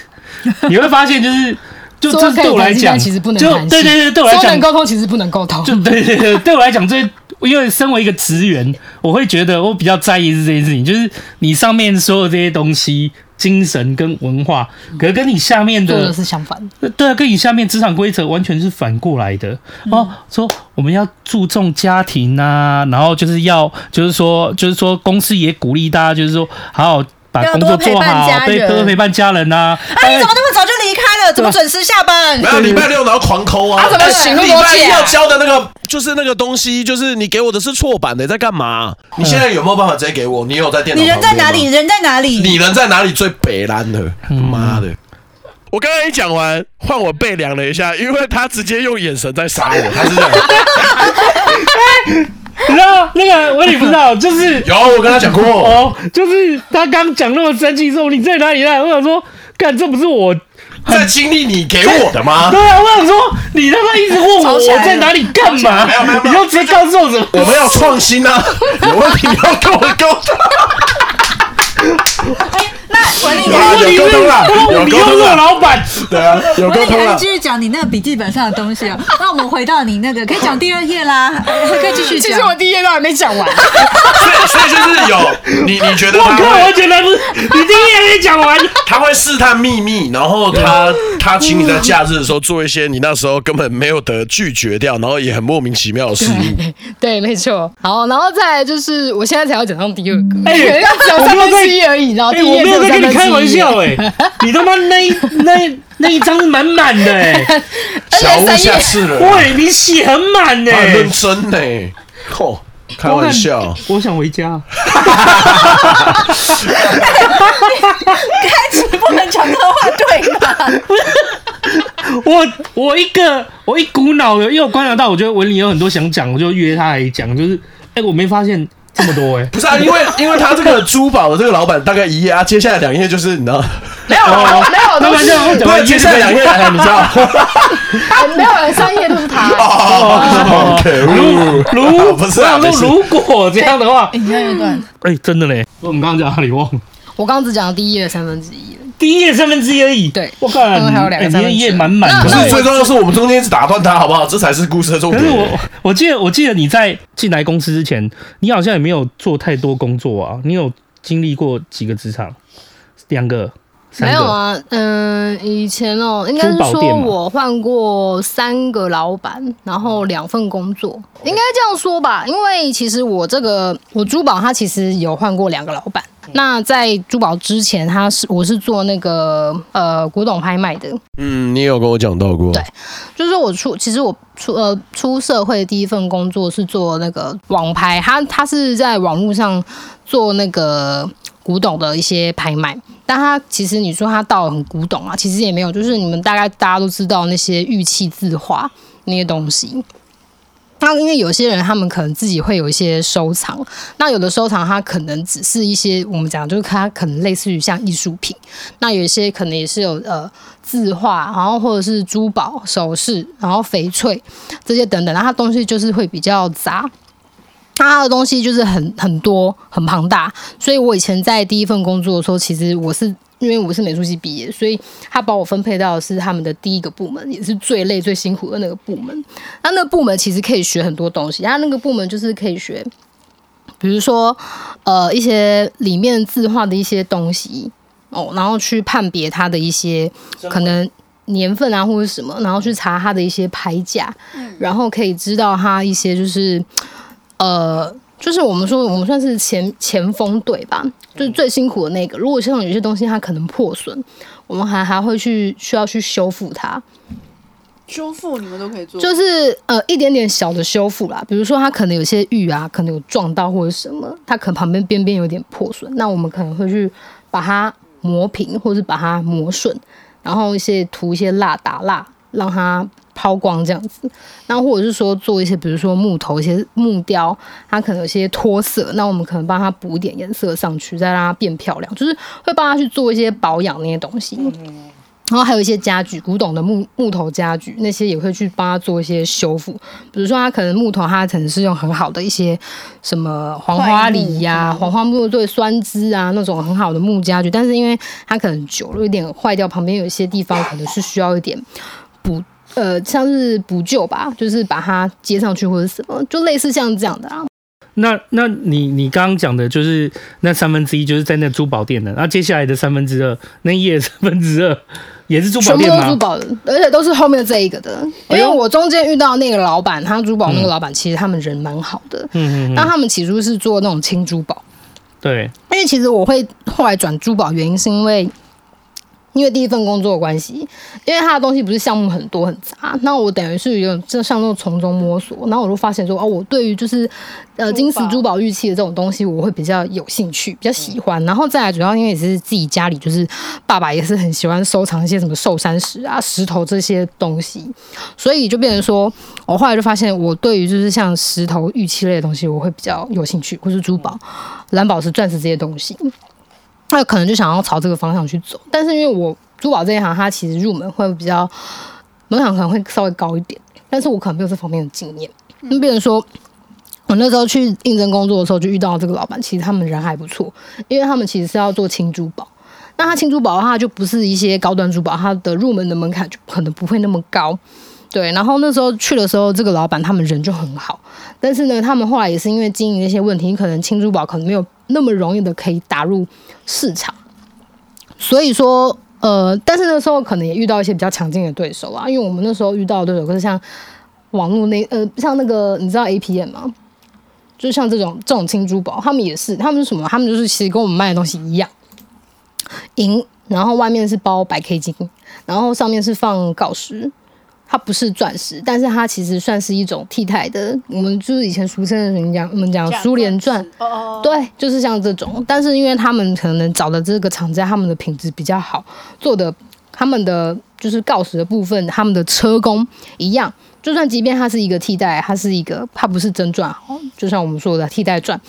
你会发现，就是就
说
这
可以
对我来
弹性
讲，
但其实不能
就
弹性
对对对，对我来
说能
讲，
沟通，其实不能沟通。
就对对对，对我来讲最。因为身为一个职员，我会觉得我比较在意是这件事情，就是你上面说的这些东西，精神跟文化，
嗯
可是跟你下面
做
的
的是相反，
对啊，跟你下面职场规则完全是反过来的、哦。说我们要注重家庭啊，然后就是要，就是说，就是说，公司也鼓励大家，就是说，好好把
要
工
多
作
陪
做
伴
好
家，
对，
人
多陪伴家人啊。
哎啊！你怎么那么早就离开了，怎么准时下班
没？有礼拜六然后狂抠啊，
他怎么醒那么
礼
多
拜一
气
要
啊？
交的那个就是那个东西，就是你给我的是错版的，你在干嘛？
嗯
你现在有没有办法直接给我？你有在电脑？
你人在哪里？你？人在哪里？
你人在哪里？最北蓝的，
嗯
妈的！
我刚才一讲完，换我被量了一下，因为他直接用眼神在杀我。
他是这样
你知道那个我也不知道，就是
有，我跟他讲过，
哦，就是他刚讲那么生气说你在哪里来？我想说，干这不是我。
在经历你给我的 吗
对？啊，我想说你他妈一直问我
吵
我
起来了
在哪里干
吵起来
嘛
了没有没有，没
你
有
就直接告诉我怎么。
我们要创新 啊！有问题要跟我沟 通。
那管理
有啊
员，
问题
有沟
是
通啦，有
你
沟
又是
通
我
啦，
老板，
对啊，有沟
管理
通
员还
啦
继。续讲你那个笔记本上的东西啊。那我们回到你那个，可以讲第二页啦，还可以继续
其实我
讲。
第一页都还没讲完，
所以所以就是有你，你觉得
我
他
靠，我
会
觉得不是你第一眼没讲完，
他会试探秘密，然后他他请你在假日的时候做一些你那时候根本没有得拒绝掉，然后也很莫名其妙的事物。
对，没错。好，然后再来就是我现在才要讲到第二个，
哎
原来只 有
我
三
没有
分
在
之一而已，然后
哎，
第一
我
页
没
只
有在
三分
跟你
之
开玩
一
笑，哎，你他妈那一那那一张是满满的，哎，
小屋下次了，
喂，你写很满呢
他。很认真呢、吼，开玩笑，
我想回家。
开始不能讲这话，对吧？
我我一个我一股脑的，因为我观察到，我觉得文林有很多想讲，我就约他来讲。就是，哎、我没发现这么多哎、
不是啊，因为因为他这个珠宝的这个老板大概一页啊，接下来两页就是你知道，
没有 没有
要
都
哦
不然
哦是
哦这样我
对，
讲完
接下来两页哎你知道
没有三页都是 他，
哦可恶，
如
不是啊
我想
没事
说如果这样的话，
你看一段，
哎、真的嘞，我们刚刚讲哪里忘了？
我刚刚只讲到第一页的三分之一了，
第一页三分之一而已。
对
我靠，
刚刚还有两个
哎
三分之一
你的页满满
那
不
那
的。
是最重要的是我们中间一直打断他好不好？这才是故事的重
可
点。
是我我记得我记得你在进来公司之前，你好像也没有做太多工作啊，你有经历过几个职场？两个。三
没
个
有啊，嗯、以前哦，应该是
珠宝店
说
嘛
我换过三个老板，然后两份工作，
哦
应该这样说吧。因为其实我这个我珠宝，它其实有换过两个老板。
嗯
那在珠宝之前，他是我是做那个呃古董拍卖的，
嗯，你有跟我讲到过，
对就是我出，其实我出呃出社会的第一份工作是做那个网拍，他他是在网络上做那个古董的一些拍卖，但他其实你说他到很古董啊，其实也没有，就是你们大概大家都知道那些玉器字画那些东西。那因为有些人他们可能自己会有一些收藏，那有的收藏它可能只是一些我们讲就是它可能类似于像艺术品，那有一些可能也是有呃字画，然后或者是珠宝首饰，然后翡翠这些等等，那它东西就是会比较杂。那它的东西就是很很多很庞大，所以我以前在第一份工作的时候，其实我是因为我是美术系毕业，所以他把我分配到的是他们的第一个部门，也是最累最辛苦的那个部门。那那个部门其实可以学很多东西，他那个部门就是可以学，比如说呃一些里面字画的一些东西哦，然后去判别它的一些可能年份啊或者什么，然后去查它的一些牌价，
嗯
然后可以知道它一些就是呃。就是我们说，我们算是前前锋队吧，
嗯
就是最辛苦的那个。如果像有些东西它可能破损，我们还还会去需要去修复它。
修复你们都可以做，
就是呃一点点小的修复啦，比如说它可能有些玉啊，可能有撞到或者什么，它可能旁边边边有点破损，那我们可能会去把它磨平，或是把它磨顺，然后一些涂一些蜡打蜡，让它抛光这样子。那或者是说做一些，比如说木头一些木雕，它可能有些脱色，那我们可能帮它补一点颜色上去，再让它变漂亮，就是会帮它去做一些保养那些东西。然后还有一些家具，古董的木木头家具，那些也会去帮他做一些修复。比如说，他可能木头，他可能是用很好的一些什么黄花梨呀、黄花木对酸枝啊那种很好的木家具，但是因为它可能久了有点坏掉，旁边有一些地方可能是需要一点补，呃，像是补救吧，就是把它接上去或者什么，就类似像这样的啊。
那那你你刚刚讲的就是那三分之一就是在那珠宝店的，那接下来的三分之二，那一页三分之二也是珠宝
全部
店
都是珠
吗？
宝的，而且都是后面这一个的。因
哎
为
呦
我中间遇到那个老板，他珠宝那个老板，其实他们人蛮好的。
嗯嗯
那
嗯，
他们起初是做那种轻珠宝，
对，
因为其实我会后来转珠宝，原因是因为因为第一份工作的关系，因为他的东西不是项目很多很杂，那我等于是有这像那种从中摸索，然后我就发现说，哦，我对于就是呃金石珠宝玉嗯器的这种东西，我会比较有兴趣，比较喜欢。然后再来，主要因为也是自己家里就是爸爸也是很喜欢收藏一些什么寿山石啊、石头这些东西，所以就变成说，我后来就发现我对于就是像石头玉器类的东西，我会比较有兴趣，或是珠宝、蓝宝石、钻石这些东西。那可能就想要朝这个方向去走。但是因为我珠宝这一行，它其实入门会比较门槛可能会稍微高一点，但是我可能没有这方面的经验。那变成说，我那时候去应征工作的时候，就遇到这个老板，其实他们人还不错，因为他们其实是要做轻珠宝。那他轻珠宝的话，就不是一些高端珠宝，它的入门的门槛就可能不会那么高。对，然后那时候去的时候，这个老板他们人就很好，但是呢，他们后来也是因为经营的一些问题，可能轻珠宝可能没有那么容易的可以打入市场，所以说，呃，但是那时候可能也遇到一些比较强劲的对手啊，因为我们那时候遇到的对手，可是像网络那呃，像那个你知道 A P M 吗？就像这种这种轻珠宝，他们也是，他们是什么？他们就是其实跟我们卖的东西一样，银，然后外面是包白 K 金，然后上面是放锆石。它不是钻石，但是它其实算是一种替代的。我们就是以前俗称的人讲，我们讲苏联钻，
哦哦，
对，就是像这种。但是因为他们可能找的这个厂家，他们的品质比较好，做的他们的就是锆石的部分，他们的车工一样。就算即便它是一个替代，它是一个，它不是真钻，哦就像我们说的替代钻。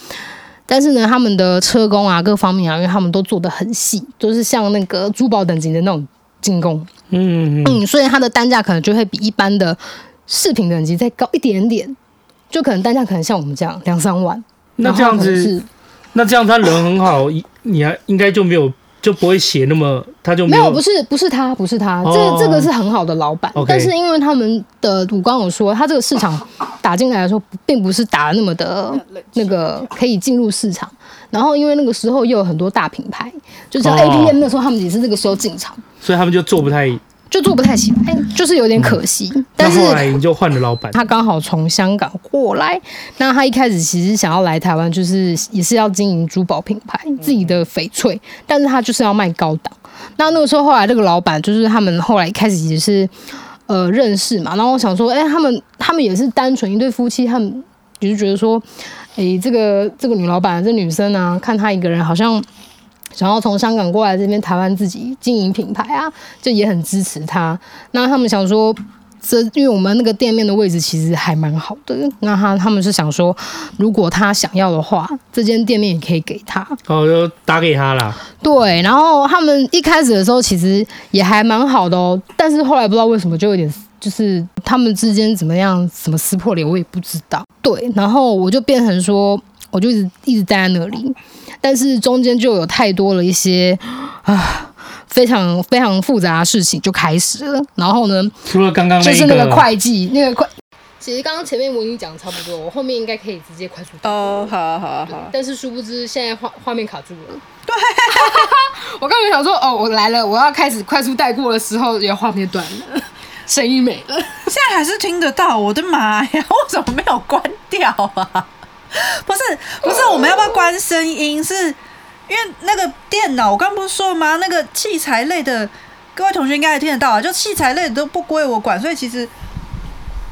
但是呢，他们的车工啊，各方面啊，因为他们都做的很细，就是像那个珠宝等级的那种精工，
嗯，嗯
嗯，所以它的单价可能就会比一般的饰品等级再高一点点，就可能单价可能像我们这样两三万。
那
然后
这样
可能
子，
是
那这样他人很好，一你还应该就没有就不会写那么，他就
没
有
有，不是不是他，不是他，
哦
这这个是很好的老板
OK
但是因为他们的我刚有说，他这个市场打进来的时候，并不是打得那么的那个可以进入市场。然后因为那个时候又有很多大品牌，就像
哦
APM 那时候他们也是这个时候进场，
所以他们就做不太。
就做不太起来，就是有点可惜。但
那
是
嗯后来你就换了老板，
他刚好从香港过来，那他一开始其实想要来台湾，就是也是要经营珠宝品牌，自己的翡翠，但是他就是要卖高档。那那个时候后来这个老板就是他们后来一开始也是呃认识嘛，然后我想说，哎、他们他们也是单纯一对夫妻，他们只是觉得说，哎、这个这个女老板这女生啊，看她一个人好像。想要从香港过来这边台湾自己经营品牌啊，就也很支持她。那他们想说，这因为我们那个店面的位置其实还蛮好的，那他他们是想说，如果他想要的话，这间店面也可以给他。
哦，就打给他啦。
对，然后他们一开始的时候其实也还蛮好的哦，但是后来不知道为什么就有点，就是他们之间怎么样，怎么撕破脸，我也不知道。对，然后我就变成说，我就一直一直待在那里，但是中间就有太多了一些啊。非常非常复杂的事情就开始了，然后呢，
除了刚刚
就是
一
那
个
个会计，那个会。其实刚刚前面我已经讲的差不多，我后面应该可以直接快速打。
哦，好啊好啊好啊，
但是殊不知现在画画面卡住了。对， 我刚才想说，哦，我来了，我要开始快速带过的时候，也画面断了， 声音没了。
现在还是听得到，我的妈呀！我怎么没有关掉啊？不是不是，我们要不要关声音？是因为那个电脑，我刚不是说吗？那个器材类的，各位同学应该也听得到啊，就器材类的都不归我管，所以其实。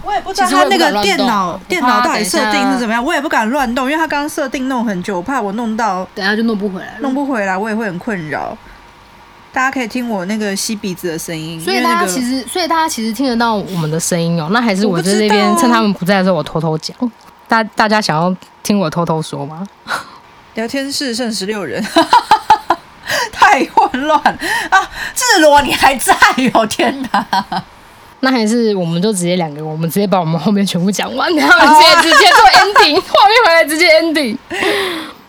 我也不知道
其实我也
它那
不敢
个
乱
电
动
脑
我怕
电脑到底
等一
设
下
定是怎么样，我也不敢乱动，因为它刚刚设定弄很久，我怕我弄到
等下就弄不回来了。
弄不回来，我也会很困扰。大家可以听我那个吸鼻子的声音，
所以
因为
大
那
家
个
其实，所以大家其实听得到我们的声音哦。那还是我
我不
在
知
那
道
边
啊
趁他们不在的时候，我偷偷讲。大大家想要听我偷偷说吗？
聊天室剩十六人， 太混乱啊！智罗你还在哦，天哪！
那还是我们就直接两个，我们直接把我们后面全部讲完，然后直接直接 做 ending，画面回来直接 ending。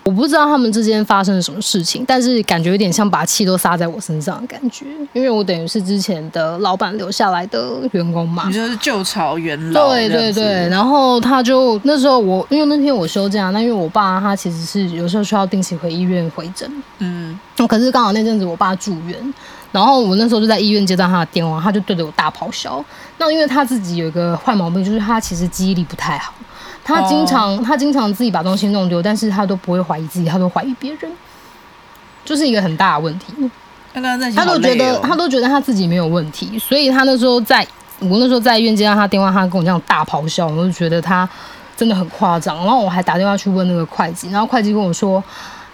我不知道他们之间发生了什么事情，但是感觉有点像把气都撒在我身上的感觉，因为我等于是之前的老板留下来的员工嘛
你。就是旧朝元老，
对对
这样
对，
子，
然后他就那时候我因为那天我休假，那因为我爸他其实是有时候需要定期回医院回诊，
嗯，
可是刚好那阵子我爸住院，然后我那时候就在医院接到他的电话，他就对着我大咆哮。那因为他自己有一个坏毛病，就是他其实记忆力不太好，他经常、他经常自己把东西弄丢，但是他都不会怀疑自己，他都怀疑别人，就是一个很大的问题。
那个任贤
他
好
都觉
累
得
哦，
他都觉得他自己没有问题，所以他那时候在我那时候在医院接到他电话，他跟我这样大咆哮，我就觉得他真的很夸张。然后我还打电话去问那个会计，然后会计跟我说，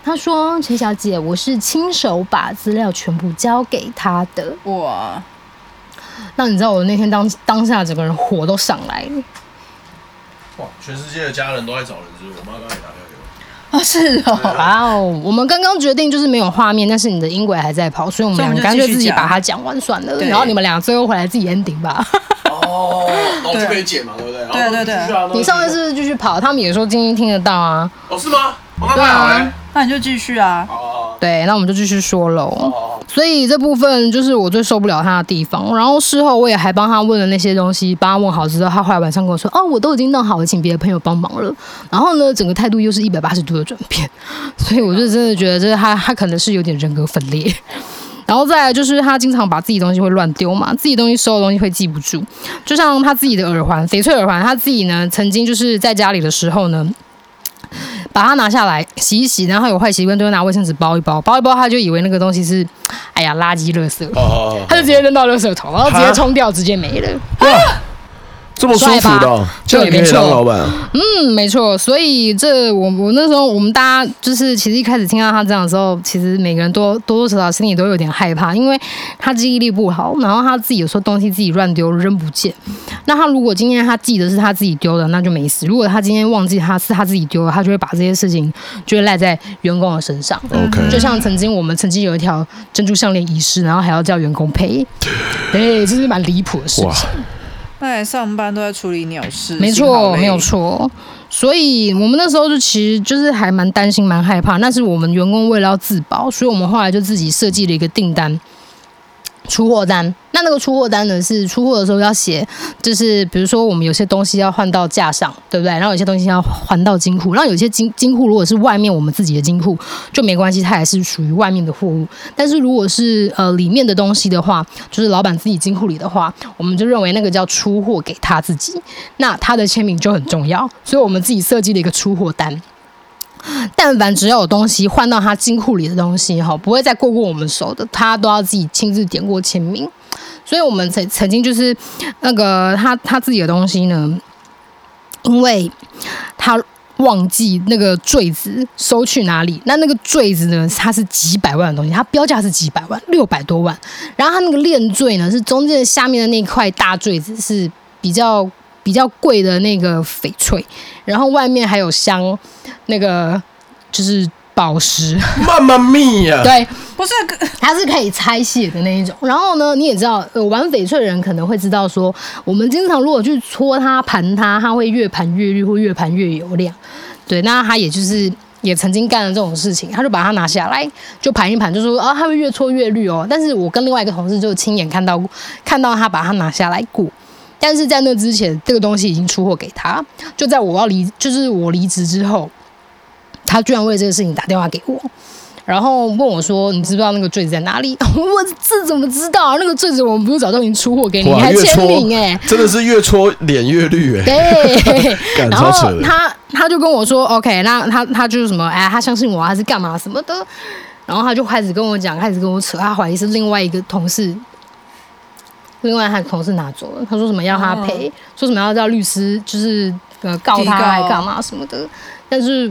他说陈嗯小姐，我是亲手把资料全部交给他的。
哇，
那你知道我那天当当下整个人火都上来 了，
哇，全世界的家人都在找人，是不是？我妈刚才打电话给我。
哦是哦，
哇啊哦！我们刚刚决定就是没有画面，但是你的音轨还在跑，所以我们
所以我
两
们
个
就
干
继
脆
续
自己
讲
把它讲完算了。
对
然后你们俩最后回来自己 ending 吧。
哦，然后就可以剪嘛，对不对？
对对对
然后就继续啊
你上次是不是继续跑？他们也说今天听得到啊。
哦是吗？哦那太好了。
那你就继续啊。
哦
对，那我们就继续说喽。
哦
所以这部分就是我最受不了他的地方。然后事后我也还帮他问了那些东西，帮他问好之后，他后来晚上跟我说：“哦，我都已经弄好了，请别的朋友帮忙了。”然后呢，整个态度又是一百八十度的转变，所以我就真的觉得这他他可能是有点人格分裂。然后再来就是他经常把自己东西会乱丢嘛，自己东西收的东西会记不住，就像他自己的耳环，翡翠耳环，他自己呢曾经就是在家里的时候呢，把它拿下来洗一洗，然后有坏习惯就会拿卫生纸包一包，包一包他就以为那个东西是，哎呀垃圾垃圾，
哦哦，
他就直接扔到垃圾桶，然后直接冲掉，直接没了。
这么舒服的哦，这样也可以当老板啊。
嗯，没错，所以这我我那时候我们大家就是其实一开始听到他这样的时候，其实每个人多多多少少心里都有点害怕，因为他记忆力不好，然后他自己有时候东西自己乱丢扔不见。那他如果今天他记得是他自己丢的，那就没事；如果他今天忘记他是他自己丢的，他就会把这些事情就会赖在员工的身上。
嗯
OK，
就像曾经我们曾经有一条珍珠项链遗失，然后还要叫员工赔，对，这是蛮离谱的事情
哇。
那你上班都在处理鸟事，
没
心好
错，
累
没有。错。所以我们那时候就其实就是还蛮担心、蛮害怕。那是我们员工为了要自保，所以我们后来就自己设计了一个订单。出货单，那那个出货单呢是出货的时候要写，就是比如说我们有些东西要换到架上，对不对？然后有些东西要还到金库，然后有些金金库如果是外面我们自己的金库就没关系，它也是属于外面的货物。但是如果是呃里面的东西的话，就是老板自己金库里的话，我们就认为那个叫出货给他自己。那他的签名就很重要，所以我们自己设计了一个出货单。但凡只要有东西换到他金库里的东西，哈，不会再过过我们手的，他都要自己亲自点过签名。所以我们曾曾经就是那个他他自己的东西呢，因为他忘记那个坠子收去哪里，那那个坠子呢，它是几百万的东西，它标价是几百万，六百多万。然后它那个链坠呢，是中间下面的那块大坠子是比较比较贵的那个翡翠，然后外面还有镶那个就是宝石，
妈妈咪呀！
对，
不是
它是可以拆卸的那一种。然后呢，你也知道，呃，玩翡翠的人可能会知道说，我们经常如果去搓它、盘它，它会越盘越绿或越盘越油亮。对，那他也就是也曾经干了这种事情，他就把它拿下来，就盘一盘，就说啊，它会越搓越绿哦。但是我跟另外一个同事就亲眼看到看到他把它拿下来过。但是在那之前，这个东西已经出货给他。就在我要离，就是我离职之后，他居然为这个事情打电话给我，然后问我说：“你知不知道那个坠子在哪里？” 我这怎么知道、啊？那个坠子我们不是早就已经出货给你，你
哇，
还
越
签
搓
名 哎、
真的是越搓脸越绿哎，
对，
干
然
超
后
扯的
他他就跟我说，OK，那他他就是什么，哎，他相信我，还是干嘛什么的，然后他就开始跟我讲，开始跟我扯，他怀疑是另外一个同事，另外他的同事拿走了，他说什么要他赔，说什么要叫律师，就是呃告
哦提
他
告
还干嘛什么的，但是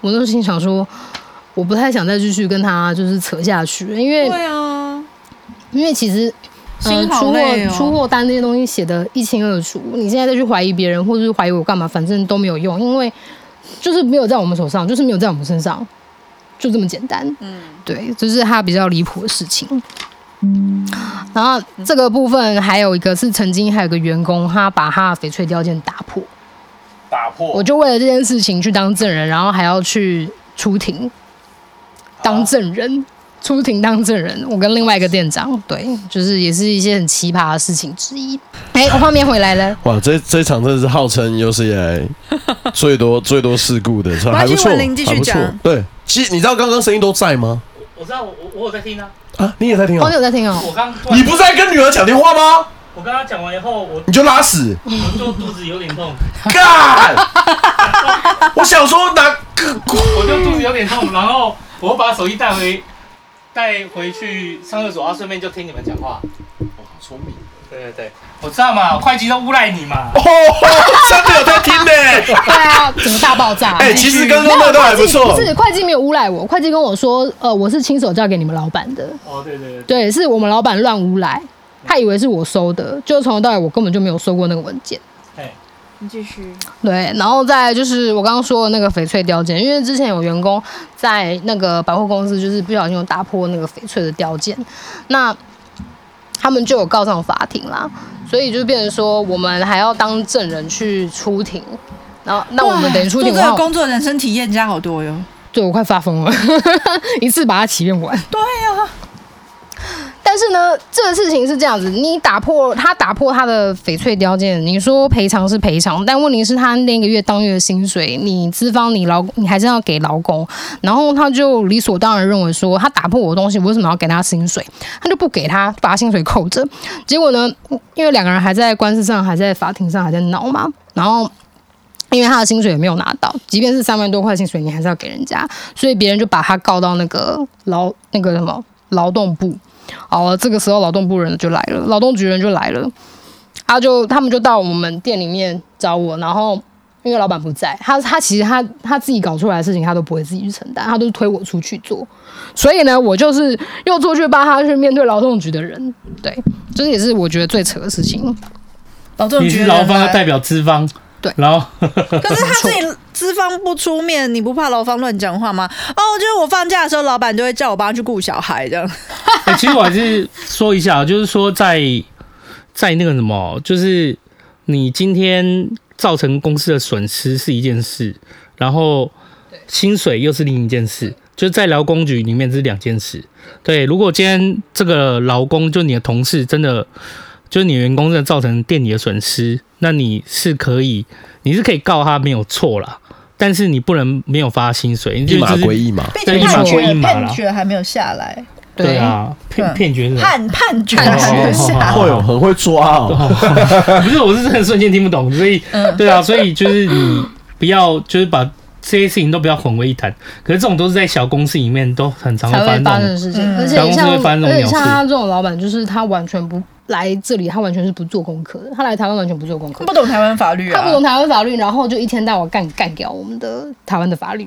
我那时候心想说。我不太想再继续跟他就是扯下去，因为
对啊，
因为其实。呃，
心
出
好
货
累哦
出货单这些东西写的一清二楚，你现在再去怀疑别人，或者是怀疑我干嘛，反正都没有用，因为就是没有在我们手上，就是没有在我们身上，就这么简单。嗯，对，这、是他比较离谱的事情。嗯然后这个部分还有一个是曾经还有个员工，他把他的翡翠雕件打破，
打破
我就为了这件事情去当证人，然后还要去出庭当证人，出庭当证人。我跟另外一个店长，对，就是也是一些很奇葩的事情之一。 哎、我画面回来
哦
了，
哇，这这场真的是号称有史以来最多最多事故的，还不错，
文林继续
还不错
讲。
对，其实你知道刚刚声音都在吗？
我知道，我我我有在听啊，
啊，你也在听
哦，
啊
你？有在听哦？
我刚突然
你不是在跟女儿讲电话吗？
我刚刚讲完以后，我
你就拉屎！
我就肚子有点痛，
干！我想说拿个
我就肚子有点痛，然后我把手机带回带回去上厕所，啊然后顺便就听你们讲话。
哇，好聪明！
对对对，我知道嘛，我会计都诬赖你嘛。
哦，真的有在 听呢。
对啊，整个大爆炸。
哎，其实刚刚那个都还不错
不。是会计没有诬赖我，会计跟我说，呃，我是亲手交给你们老板的，
哦，对对对，
对，是我们老板乱诬赖，他以为是我收的，就从头到尾我根本就没有收过那个文件。
哎，
你继续。
对，然后再来就是我刚刚说的那个翡翠雕件，因为之前有员工在那个百货公司就是不小心有打破那个翡翠的雕件，那他们就有告上法庭啦，所以就变成说我们还要当证人去出庭，然后那我们等于出
做
庭
这
的
个
话，
工作人生体验加好多哟。
对我快发疯了， 一次把它祈愿完。
对啊呀、
但是呢，这个事情是这样子，你打破他打破他的翡翠雕件，你说赔偿是赔偿，但问题是他那个月当月的薪水，你资方你劳你还是要给劳工，然后他就理所当然认为说他打破我的东西，我为什么要给他薪水？他就不给他，把他薪水扣着。结果呢，因为两个人还在官司上，还在法庭上，还在闹嘛，然后。因为他的薪水也没有拿到，即便是三万多块薪水，你还是要给人家，所以别人就把他告到那个劳那个什么劳动部，哦，这个时候劳动部人就来了，劳动局人就来了，他就他们就到我们店里面找我，然后因为老板不在，他他其实他他自己搞出来的事情他都不会自己去承担，他都是推我出去做，所以呢，我就是又出去帮他去面对劳动局的人，对， 这也是我觉得最扯的事情。
劳动
你
局
是
人
劳方要
来
代表资方，
对
然后
可是他自己资方不出面，你不怕劳方乱讲话吗？哦，就是我放假的时候，老板就会叫我帮他去顾小孩这样。
欸其实我还是说一下，啊就是说在在那个什么，就是你今天造成公司的损失是一件事，然后薪水又是另一件事，就是在劳工局里面这是两件事。对，如果今天这个劳工就你的同事真的。就是你的员工真的造成店里的损失，那你是可以，你是可以告他没有错啦，但是你不能没有发薪水，你就
一码
就是
归一码。
毕
对
竟
一码
判
归
决
一码啦
判决还没有下来，
对啊，骗
嗯
骗决是吧？
判判决还没有下
啊
来。
会哦，很会抓哦。
不是，我是真的瞬间听不懂，所以、
嗯
对啊，所以就是你不要就是把这些事情都不要混为一谈。可是这种都是在小公司里面都很常会
才会
发生
发生
这
的
种。
事情，
嗯
而且
小公司
像
会发生这种
而且
鸟事
像他这种老板，就是他完全不来这里，他完全是不做功课的，他来台湾完全不做功课
他，不懂台湾法律啊，
他不懂台湾法律，然后就一天到晚干干掉我们的台湾的法律，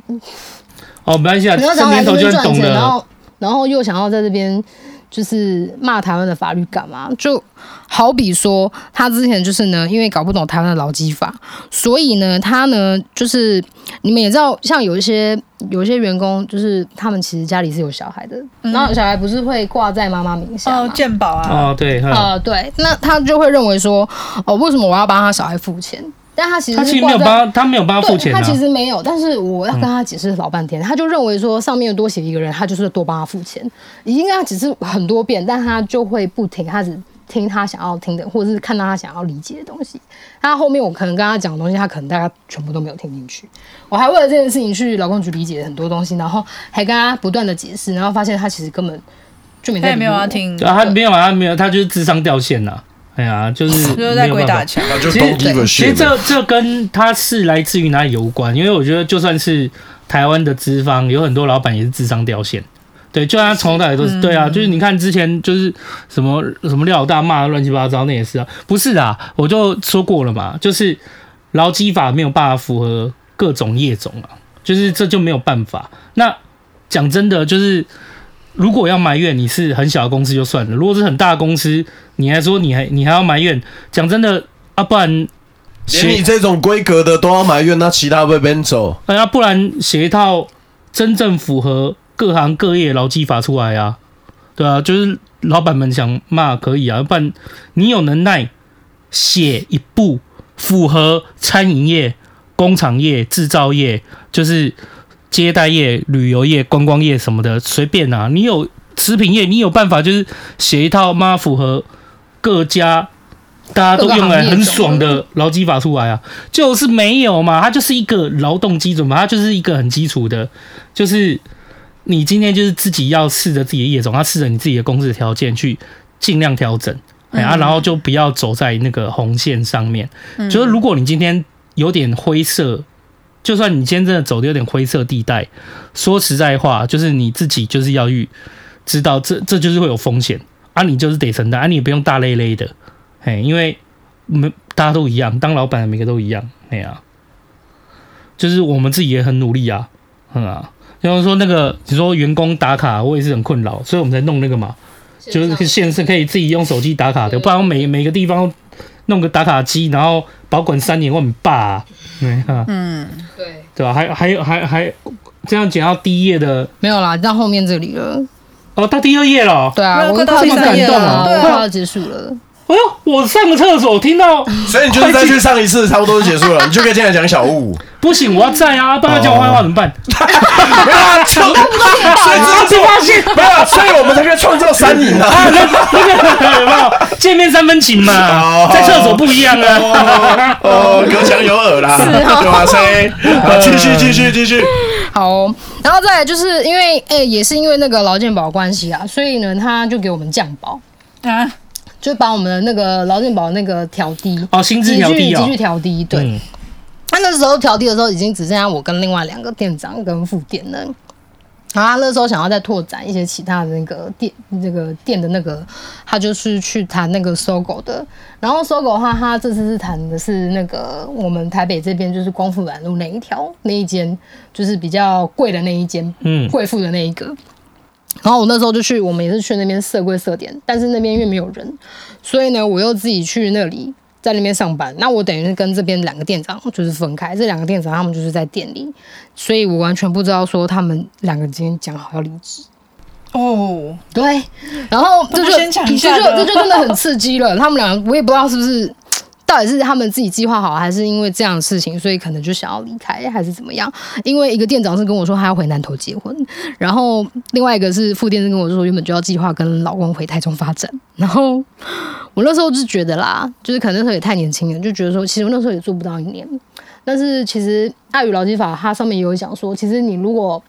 哦，没关系啊，
然后
这
想要来
年
这
头就
边
很
赚
懂
钱，然
的。
后然后又想要在这边就是骂台湾的法律干嘛？就好比说他之前就是呢，因为搞不懂台湾的劳基法，所以呢，他呢就是你们也知道，像有一些有一些员工，就是他们其实家里是有小孩的，然后小孩不是会挂在妈妈名下吗？
哦，鉴宝啊，
哦，对，嗯
呃，对，那他就会认为说，哦，为什么我要帮他小孩付钱？但他其实
他
是
其实
挂
没有
在
帮，他没有帮他付
对，
钱
他
啊。
其实没有，但是我要跟他解释老半天，他就认为说上面多写一个人，他就是多帮他付钱，已经跟他解释很多遍，但他就会不听，他只听他想要听的，或者是看到他想要理解的东西。他后面我可能跟他讲的东西，他可能大概全部都没有听进去。我还为了这件事情去劳工局理解很多东西，然后还跟他不断的解释，然后发现他其实根本就没
他
在
也没有
理我
要，听，
对啊，他没有啊，他没有，他就是智商掉线了、哎呀， 就是
就是在
没有
鬼
办法
打墙。
那就
其
don't
实
give a
其实
shit 了。
这这跟他是来自于哪里有关，因为我觉得就算是台湾的资方，有很多老板也是智商掉线。对，就算他从头到尾都是、对啊，就是你看之前就是什么什么廖老大骂得乱七八糟，那也是啊，不是啊，我就说过了嘛，就是劳基法没有办法符合各种业种啊，就是这就没有办法。那讲真的，就是如果要埋怨你是很小的公司就算了，如果是很大的公司，你还说你还你还要埋怨，讲真的啊，不然
连你这种规格的都要埋怨，那其他会被边走。
哎呀，不然写一套真正符合各行各业劳基法出来啊，对啊，就是老板们想骂可以啊，不然你有能耐写一部符合餐饮业、工厂业、制造业，就是接待业、旅游业、观光业什么的，随便啊，你有食品业，你有办法就是写一套妈符合各家。大家都用来很爽的劳基法出来啊，就是没有嘛，它就是一个劳动基准嘛，它就是一个很基础的，就是你今天就是自己要试着自己的业种，它试着你自己的公司的条件去尽量调整，哎啊，然后就不要走在那个红线上面。就是如果你今天有点灰色，就算你今天真的走的有点灰色地带，说实在话，就是你自己就是要去知道这这就是会有风险啊，你就是得承担啊，你也不用大累累的，哎，因为没大家都一样，当老板的每个都一样，哎呀、就是我们自己也很努力啊，嗯啊，就是说那个你说员工打卡，我也是很困扰，所以我们才弄那个嘛，就是线是可以自己用手机打卡的，不然每每个地方弄个打卡机，然后保管三年，我很霸、啊，对啊，
嗯
嗯
对，
对吧、还还有还还这样讲到第一页的
没有啦，到后面这里了。
哦，到第二页了哦，
对啊，
没有
我
快到
快
第三
感
页
动
了
了，
对
我
啊
快要结束了。
哎呦，我上个厕所听到
所以你就是再去上一次，差不多就结 束了，你就可以进来讲小物。
不行，我要在
哦
啊，不然他讲我坏话怎么办？
没有啊，创，
谁知道这发现？
没有啊，所以我们才可以创造三赢 啊。
啊，那那个有没 有见面三分情嘛
哦？
在厕所不一样啊。
哦，隔墙有耳啦，
哦
对吧？谁？
嗯
好，继续，继续，继续。
好哦、然后再来就是因为，哎、也是因为那个劳健保的关系啊，所以呢，他就给我们降保，
啊，
就把我们的那个劳健保那个调低，
哦，薪资
急
调低
剧急
哦
剧。调低，对。
嗯
他那时候调低的时候，已经只剩下我跟另外两个店长跟副店了。然后他那时候想要再拓展一些其他的那个店，那个店的那个，他就是去谈那个搜狗的。然后搜狗的话，他这次是谈的是那个我们台北这边就是光复南路那一条那一间，就是比较贵的那一间，
嗯
贵妇的那一个。然后我那时候就去，我们也是去那边设柜设点，但是那边因为没有人，所以呢，我又自己去那里，在那边上班。那我等于是跟这边两个店长就是分开，这两个店长他们就是在店里，所以我完全不知道说他们两个今天讲好要离职。
哦，
对，然后这就
那不先抢一
这
下
就
的
这就真的很刺激了。 他们俩我也不知道是不是到底是他们自己计划好，还是因为这样的事情，所以可能就想要离开，还是怎么样？因为一个店长是跟我说他要回南投结婚， 然后另外一个是副店是跟我说原本就要计划跟老公回台中发展，然后我那时候就觉得啦，就是可能那时候也太年轻了，就觉得说其实我那时候也做不到一年。但是其实爱与劳基法它上面也有讲说，其实你如果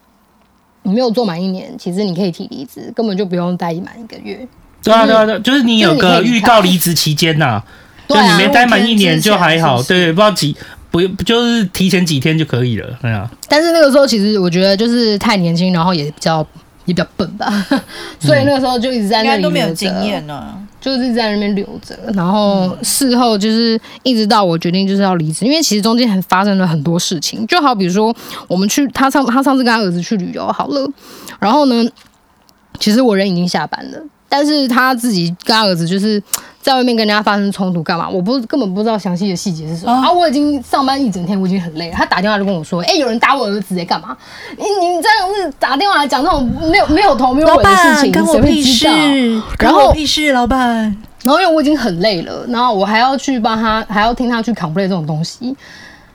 你没有做满一年，其实你可以提离职，根本就不用待满一个月。
对啊，对啊，对啊，就是你有个预告离职期间呐，就
对啊
你没待满一年就还
五
好，
天之前
对，不知道几不不就是提前几天就可以了，对啊，
但是那个时候其实我觉得就是太年轻，然后也比较也比较笨吧，
嗯
所以那个时候就一直在
应
那
该
里
都没有
留着
经验，啊呢。
就是一直在那边留着。然后事后就是一直到我决定就是要离职，因为其实中间很发生了很多事情，就好比说我们去他上他上次跟他儿子去旅游好了，然后呢，其实我人已经下班了。但是他自己跟他儿子就是在外面跟人家发生冲突，干嘛？我不根本不知道详细的细节是什么、
哦
啊！我已经上班一整天，我已经很累了。他打电话就跟我说：“哎、有人打我儿子、哎，干嘛？你你这样子打电话来讲这种没有没有头没有
老
尾的事
板，
情，
干我
谁会
屁
知
事
道？”！
干
然
我
后
屁事，老板。
然后因为我已经很累了，然后我还要去帮他，还要听他去 complain 这种东西。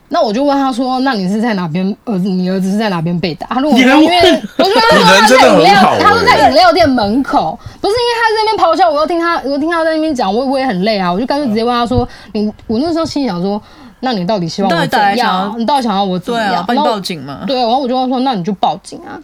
那我就问他说：“那你是在哪边？儿子，你儿子是在哪边被打？”他说：“我
你
因
还
为
问
我就跟他说
你
他在饮
人真的
料
很好，欸
他说在饮料店门口，不是因为他在那边咆哮，我要听他，我听他在那边讲，我我也很累啊，我就干脆直接问他说：‘你，我那时候心里想说，那你到底希望我
你到底
怎
想要
样？你到底想要我怎
对
么
啊
样？’，
帮你
然后
报警嘛。
对，然后我就跟他说，那你就报警啊。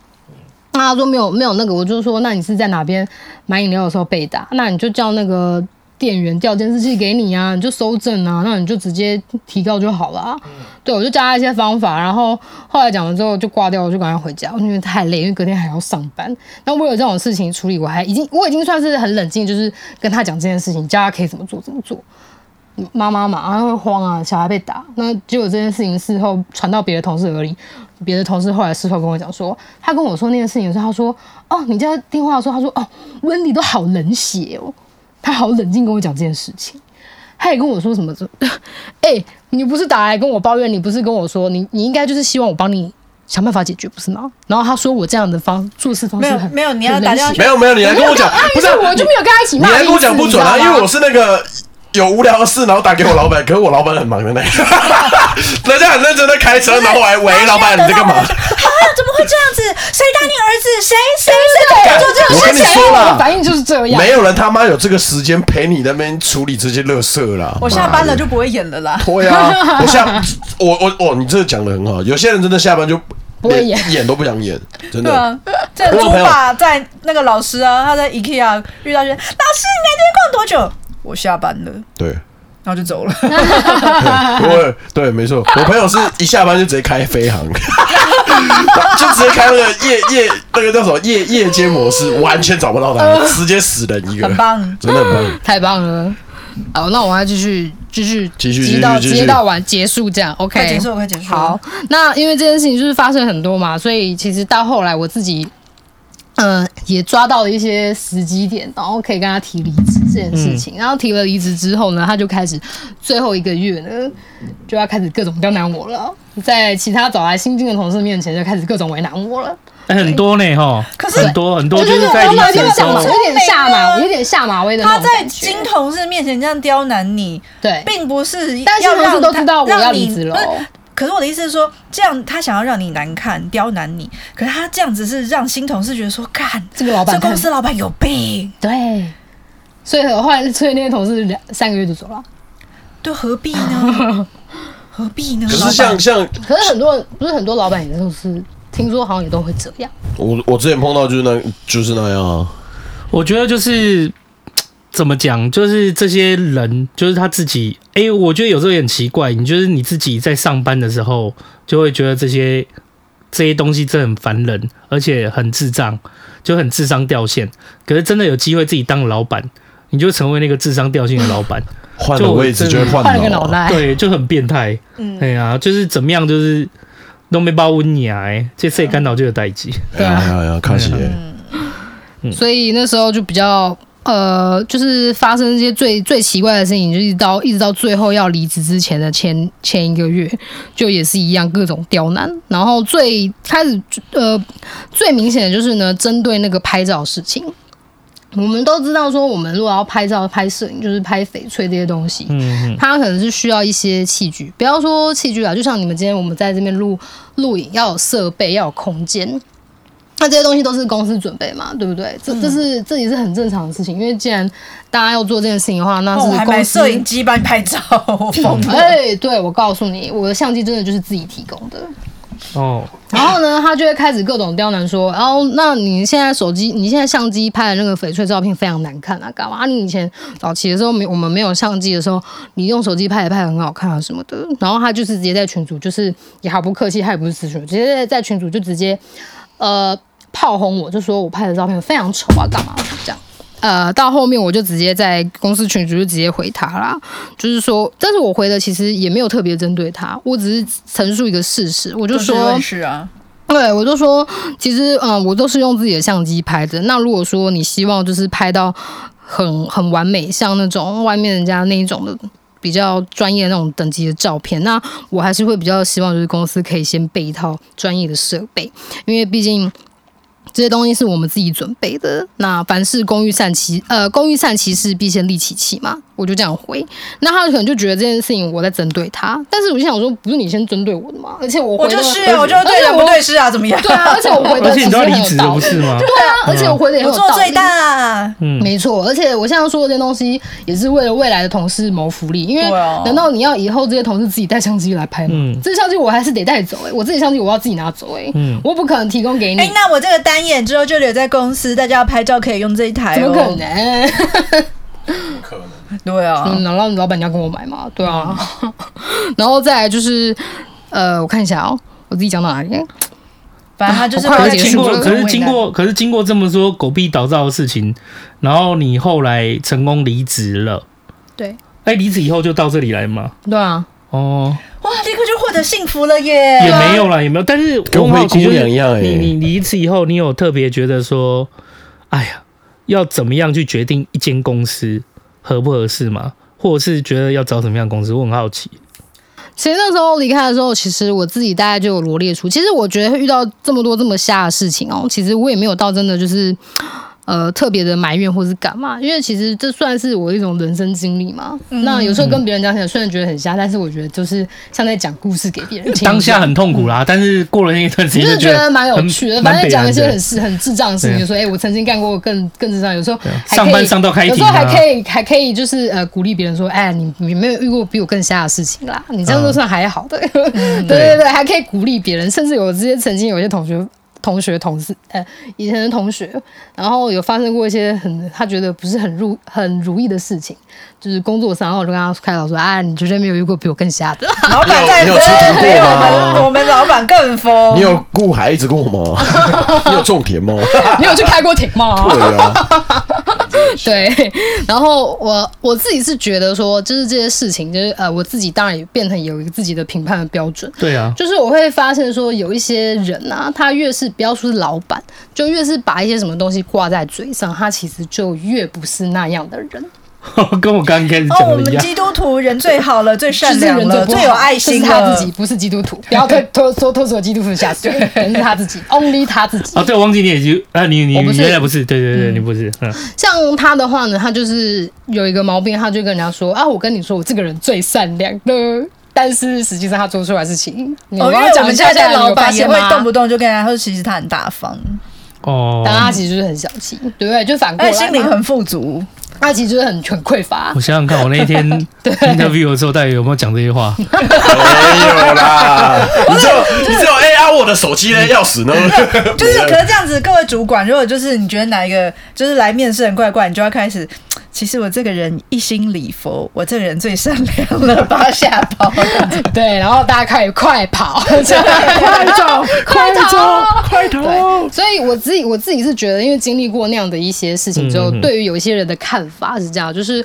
那他说没有没有那个，我就说那你是在哪边买饮料的时候被打？那你就叫那个店员调监视器给你啊，你就收证啊，那你就直接提告就好了、啊。
嗯
对，我就教他一些方法，然后后来讲完之后就挂掉，我就赶快回家，因为太累，因为隔天还要上班。那为了这种事情处理，我还已经我已经算是很冷静，就是跟他讲这件事情，教他可以怎么做怎么做。妈妈嘛，她会慌啊，小孩被打，那结果这件事情事后传到别的同事耳里，别的同事后来事后跟我讲说，他跟我说那件事情的时候，他说，哦，你接到电话的时候，他说，哦，温迪都好冷血哦，他好冷静跟我讲这件事情，他也跟我说什么 说，哎、你不是打来跟我抱怨，你不是跟我说，你你应该就是希望我帮你想办法解决，不是吗？然后他说我这样的方做事方式
没有
很
没有你要
很
打
冷
电话
血
没有，没有，你来跟我讲，不是啊，
哎我就没有跟他一起
你
骂的意思，
来跟我讲不准啊，
你知道
因
吗
为我是那个有无聊的事，然后打给我老板，可是我老板很忙的那个， 人家很认真在开车，然后我还喂老板你在干嘛？
啊，怎么会这样子？谁打你儿子？谁谁谁
对，
敢做这种
我
事
跟
情？
你
之前
说啦
我的反应就是这样，
没有人他妈有这个时间陪你那边处理这些垃圾啦。
我下班了就不会演了啦。
会啊，我下我我哦，你这讲的很好，有些人真的下班就
不会
连
演
演都不想演，真
对
的
啊。，在
我有
猪
朋友
爸在那个老师啊，他在 IKEA 遇到就老师，你来这边逛多久？我下班了，
对，
然后就 走了。
因为对，没错，我朋友是一下班就直接开飞航， 就直接开那个夜夜那个叫什么夜夜间模式，完全找不到他，直接死人一个，
很棒，
真的很棒。
太棒了。好，那我要继续继续
继续继
接
续
到
继续
接到完结束这样，OK？
快结束，快结束。
好，，那因为这件事情就是发生很多嘛，所以其实到后来我自己，嗯、也抓到了一些时机点，然后可以跟他提离职这件事
嗯
情。然后提了离职之后呢，他就开始最后一个月呢，就要开始各种刁难我了，在其他找来新进的同事面前就开始各种为难我了。
哎很多呢吼，很多很多就是在
我
理
老
解
板
的时
下马，
候
有，点下马，我有点下马威的那
他
种
在
感觉
金同事面前这样刁难你，
对。
并不是
但是
要
同事
让
都
他
知道我
让
要
你
离职了哦
不是可是我的意思是说，这样他想要让你难看、刁难你，可是他这样子是让新同事觉得说，干
这个老板
这公
看
司老板有病，
对，所以后来所以那些同事两三个月就走了。
对，何必 呢？何必呢？
可
老
是
板
像像
可是很多人不是很多老板也都是听说好像也都会这样，
我我之前碰到就是那就是那样啊，
我觉得就是怎么讲，就是这些人，就是他自己。哎、我觉得有时候也很奇怪，你就是你自己在上班的时候，就会觉得这些这些东西真的很烦人，而且很智障，就很智商掉线。可是真的有机会自己当老板，你就成为那个智商掉线的老板，
换了位置就会
换了个
换
脑
脑
袋。
啊。
对，就很变态。
嗯
哎，呀、就是怎么样，就是都没包温你啊，哎这谁干扰就有代际。
哎呀哎呀哎呀，卡西耶，
所以那时候就比较呃，就是发生这些最最奇怪的事情，就一直到一直到最后要离职之前的前前一个月，就也是一样各种刁难。然后最开始呃最明显的就是呢，针对那个拍照事情。我们都知道，说我们如果要拍照、拍摄影，就是拍翡翠这些东西，
嗯，嗯
它可能是需要一些器具，不要说器具啊，就像你们今天我们在这边录录影，要有设备，要有空间。那这些东西都是公司准备嘛，对不对？这
嗯
这是这也是很正常的事情，因为既然大家要做这件事情的话，那
哦我
是
还买
公司。
摄影机帮你拍照，我疯了。
哎、对，我告诉你，我的相机真的就是自己提供的。
哦，
然后呢，他就会开始各种刁难说，然、后那你现在手机，你现在相机拍的那个翡翠照片非常难看啊，干嘛？啊，你以前早期的时候没我们没有相机的时候，你用手机拍也拍得很好看啊什么的。然后他就是直接在群组，就是也毫不客气，他也不是私群，直接在群组就直接呃炮轰我，就说我拍的照片非常丑啊，干嘛这样。呃，到后面我就直接在公司群组就直接回他啦，就是说，但是我回的其实也没有特别针对他，我只是陈述一个事实，我就
就
说，
是啊，
对，我就说，其实嗯，我都是用自己的相机拍的。那如果说你希望就是拍到很很完美，像那种外面人家那一种的比较专业那种等级的照片，那我还是会比较希望就是公司可以先备一套专业的设备，因为毕竟。这些东西是我们自己准备的。那凡事工欲善其呃，工欲善其事，必先利其器嘛。我就这样回，那他可能就觉得这件事情我在针对他，但是我就想说，不是你先针对我的嘛，而且我回
我
的
就是啊，我就是对人不对事啊，怎么样？
对啊，而且我回的
而且你都要离职
很有道
了，不
理。
是吗？
对啊，而且我回的也很
我
有
做
道
最
理。
大，
嗯，
没错，而且我现在说的这些东西也是为了未来的同事谋福利，因为
对啊
难道你要以后这些同事自己带相机来拍吗？
嗯
这相机我还是得带走哎、我自己相机我要自己拿走哎、
嗯
我不可能提供给你，
哎、那我这个单眼之后就留在公司，大家要拍照可以用这一台、
怎
哦。
么可？能？
对啊，
嗯，然后老板你要跟我买嘛，对啊，
嗯
然后再来就是呃，我看一下哦、我自己讲到哪里？
反正他就是
好快
把
要
可是
在
结束
经
群组
过，
了
中
可是
为
经
难
过，可是经过这么说狗屁倒灶的事情，然后你后来成功离职了。
对。
哎，离职以后就到这里来嘛？
对啊，
哦，
哇，立刻就获得幸福了
哎
耶！
也
啊
没有啦，也没有。但是
跟
我很好奇，
灰
就
姑
是
娘一样哎
你你离职以后，你有特别觉得说，哎呀，要怎么样去决定一间公司合不合适吗？或者是觉得要找什么样的公司？我很好奇。
其实那时候离开的时候，其实我自己大概就有罗列出。其实我觉得遇到这么多这么瞎的事情哦，其实我也没有到真的就是呃特别的埋怨或是干嘛，因为其实这算是我一种人生经历嘛。那有时候跟别人讲起来，虽然觉得很瞎，但是我觉得就是像在讲故事给别人听一样。
当下很痛苦啦，但是过了那一段时
你嗯
间，
就是觉
觉
得蛮有
很
趣的，
蛮
反正
北
讲
兰
一些
的啊
很智很智障的事情，就说哎、我曾经干过更更智障，有时候还
上
可以
班上到开
有时
庭
候
啊
还可以还可以就是呃鼓励别人说，哎，你你没有遇过比我更瞎的事情
嗯
啦，你这样就算还好的，对对对，还可以鼓励别人，甚至有直接曾经有一些同学。同学、同事，呃，以前的同学，然后有发生过一些很他觉得不是很入很如意的事情，就是工作上，然后我就跟他开导说，啊，你绝对没有遇过比我更瞎的。
老板在
你有你有出庭过
疯，没有我
吗
们我们老板更疯。
你有雇孩子过 吗？你有种田吗？
你有去开过庭吗？
对啊，
对，然后我我自己是觉得说，就是这些事情，就是呃，我自己当然也变成有一个自己的评判的标准，
对啊，
就是我会发现说，有一些人啊，他越是不要说是老板，就越是把一些什么东西挂在嘴上，他其实就越不是那样的人，
跟我刚刚开始
哦，
讲
我
的一
们
样。
基督徒人最好了，最
就
善
是
良
人最
了，
不
最
好
有爱
就
心
是他
了。
自己，不是基督徒，不要推推说推说基督徒下水，人是他自己，only 他自己。
哦，对，我忘记你也就啊，你你
我不
你
是
原来不是，对对对，你不是，嗯，
像他的话呢，他就是有一个毛病，他就跟人家说啊，我跟你说，我这个人最善良的。但是实际上他做出来的事情，你
哦，
刚
因为
刚
我
讲
们
一下
家
下，
的老板也会动不
动，
动就跟人家说，其实他很大方，
哦
哦，
但他其实就是很小气，对不对？就反过
而
来嘛，
且哎心灵很富 足。
他其实就是很很匮 乏
我。想想看，我那一 天 interview 的时候，到底有没有讲这些话？
没有啦，你只有你只有 AR 啊我的嗯手机呢，钥 匙呢？
就是，可是这样子，各位主管，如果就是你觉得哪一个就是来面试很怪怪，你就要开始。其实我这个人一心礼佛，我这个人最善良了，把他吓跑 了。
对，然后大家开始快 跑， 快走，快走，快逃！
哦
所以我自己我自己是觉得，因为经历过那样的一些事情
嗯
之后，对于有一些人的看法是这样，就是。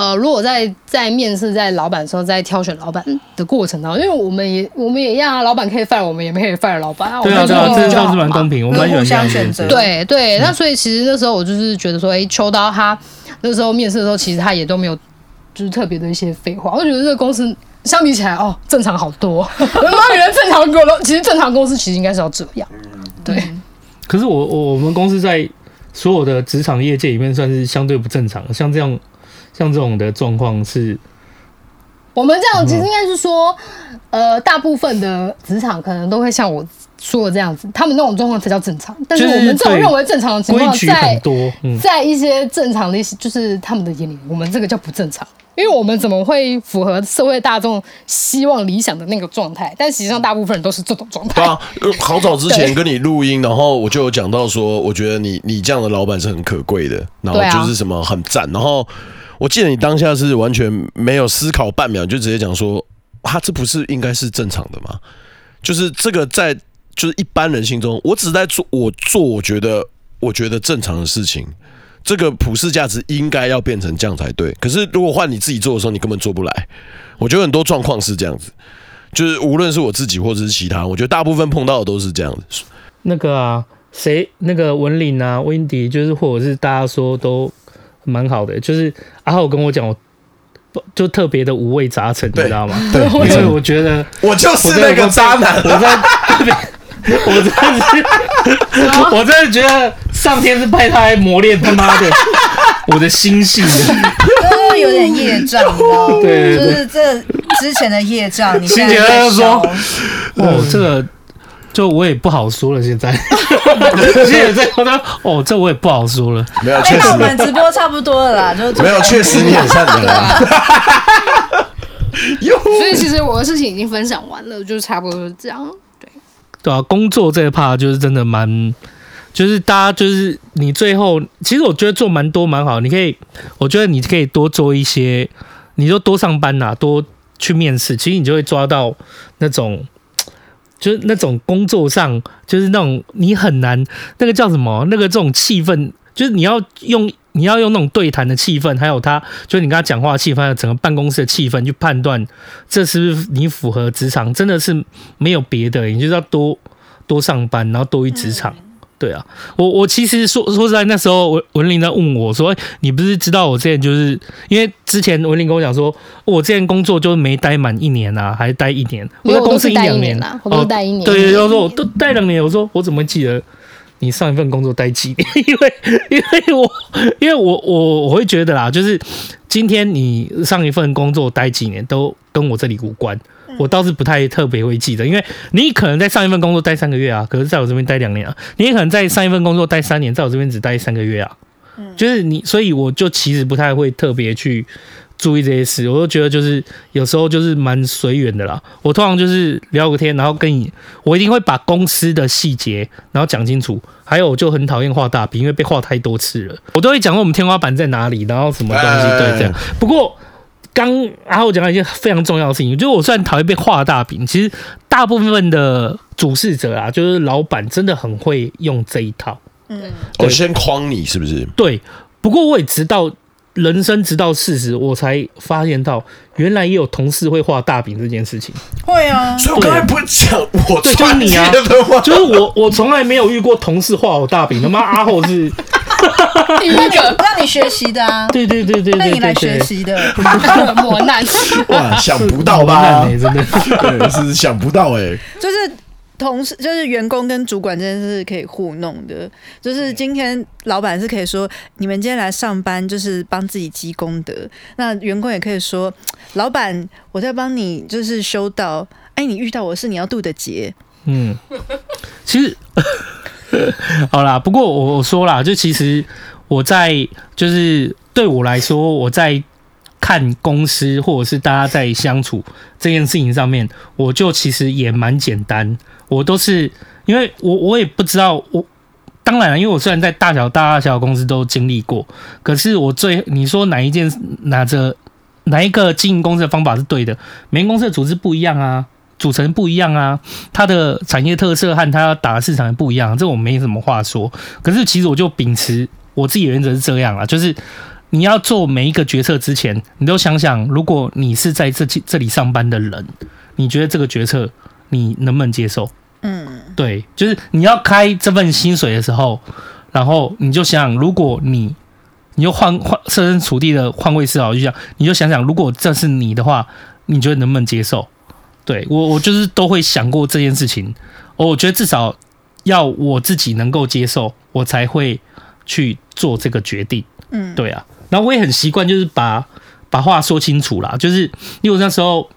呃，如果在在面试在老板的时候，在挑选老板的过程当中，因为我们也我们也一样啊，老板可以 fire 我们，也可以 fire 老板啊。
对
我
啊，
们
对
就
啊，
是
这
就
倒
好
是蛮
嘛
公平，我蛮喜欢这样
互相选
子
择
的。
对对，那所以其实那时候我就是觉得说，哎、秋刀他那时候面试的时候，其实他也都没有就是特别的一些废话，我觉得这个公司。相比起来，哦，正常好多。 我妈原来正常公司，其实正常公司其实应该是要这样。
可是我我我们公司在所有的职场业界里面算是相对不正常的，像这样像这种的状况是，
我们这样其实应该是说，
嗯
呃，大部分的职场可能都会像我说的这样子，他们那种状况才叫正常。但是
就是
我们这种
对
认为正常的情
规
况，
矩
在
很多，嗯，
在一些正常的一些，就是他们的眼里，我们这个叫不正常，因为我们怎么会符合社会大众希望理想的那个状态？但实际上，大部分人都是这种状态
对。啊，呃好早之前跟你录音，然后我就有讲到说，我觉得你你这样的老板是很可贵的，然后
对啊
就是什么很赞，然后我记得你当下是完全没有思考半秒，就直接讲说，他这不是应该是正常的吗？就是这个在就是一般人心中，我只是在做我做我觉得我觉得正常的事情。这个普世价值应该要变成这样才对。可是如果换你自己做的时候，你根本做不来。我觉得很多状况是这样子，就是无论是我自己或者是其他，我觉得大部分碰到的都是这样子。
那个啊，谁那个文林啊，Windy，就是或者是大家说都蛮好的，就是阿浩跟我讲，我不就特别的五味杂陈，你
对
知道吗？
对，
因为我觉得
我就是那个渣男。
我在特别，我真的是，我真的觉得上天是派他来磨练他妈的我的心性的。
都哦有点业障，你知道 吗？
对对
就
对
是这之前的业障，你
心
现在
姐
在
就说
消
哦，这个就我也不好说了，现在， 现在我说哦，这我也不好说了。
没有，
哎、
确
那
实
我们直播差不多了啦，就是
没有，确实你很善良啊。
所以，其实我的事情已经分享完了，就差不多是这样。
对啊，工作这一 part 就是真的蛮，就是大家就是你最后，其实我觉得做蛮多蛮好，你可以，我觉得你可以多做一些，你就多上班啦、多去面试，其实你就会抓到那种。就是那种工作上，就是那种你很难，那个叫什么？啊那个这种气氛，就是你要用你要用那种对谈的气氛，还有他就是你跟他讲话的气氛，还有整个办公室的气氛去判断这是不是你符合职场，真的是没有别的，你就是要多多上班，然后多于职
嗯
场。对啊，我我其实说说实在，那时候文文林在问我说：“哎你不是知道我之前就是因为之前文林跟我讲说，哦我之前工作就是没待满一年啊，还待一年，
没有
在公
我都是
司
待
两
一
年
年啊啦我都是待一年
哦对
一
对，
年
就是说我都待两年，我说我怎么会记得你上一份工作待几年？ 因为因为我因为我我我会觉得啦，就是今天你上一份工作待几年都跟我这里无关，我倒是不太特别会记得，因为你可能在上一份工作待三个月啊，可是在我这边待两年啊，你也可能在上一份工作待三年，在我这边只待三个月啊，就是你，所以我就其实不太会特别去注意这些事，我都觉得就是有时候就是蛮随缘的啦。我通常就是聊个天，然后跟你，我一定会把公司的细节然后讲清楚。还有我就很讨厌画大饼，因为被画太多次了，我都会讲说我们天花板在哪里，然后什么东西
哎
对这样。不过刚然后我讲到一件非常重要的事情，就是我虽然讨厌被画大饼，其实大部分的主事者啊，就是老板真的很会用这一套。
嗯，
我
对
先框你是不是？
对，不过我也直到人生直到四十，我才发现到原来也有同事会画大饼这件事情。
会啊，
所以我刚才不是讲我
对就是
专
你
业
啊
的吗？
就是我，我从来没有遇过同事画我大饼。他妈阿后是，
第 一个
让你学习的啊，
对对对对
让
对
你来
对
学
对，
习的。
磨难，
哇，想不到
好
吧？
烂欸真的。
对，是想不到哎、
就是同事，就是员工跟主管之间是可以互弄的。就是今天老板是可以说，你们今天来上班就是帮自己积功德。那员工也可以说，老板，我在帮你就是修道。哎，你遇到我是你要渡的劫，
嗯，其实 好啦，不过我我说啦，就其实我在就是对我来说，我在看公司或者是大家在相处这件事情上面，我就其实也蛮简单，我都是因为我我也不知道我。当然了，因为我虽然在大小大大小小公司都经历过，可是我最你说哪一件拿着哪一个经营公司的方法是对的？每间公司的组织不一样啊，组成不一样啊，它的产业特色和它要打的市场也不一样，这我没什么话说。可是其实我就秉持我自己的原则是这样啊，就是你要做每一个决策之前，你都想想，如果你是在这这里上班的人，你觉得这个决策你能不能接受？嗯，对，就是你要开这份薪水的时候，然后你就想想，如果你你就换换设身处地的换位思考，就想你就想想，如果这是你的话，你觉得能不能接受？对我，我就是都会想过这件事情。哦我觉得至少要我自己能够接受，我才会去做这个决定。
嗯，
对啊，然后我也很习惯，就是把把话说清楚啦。就是因为我那时候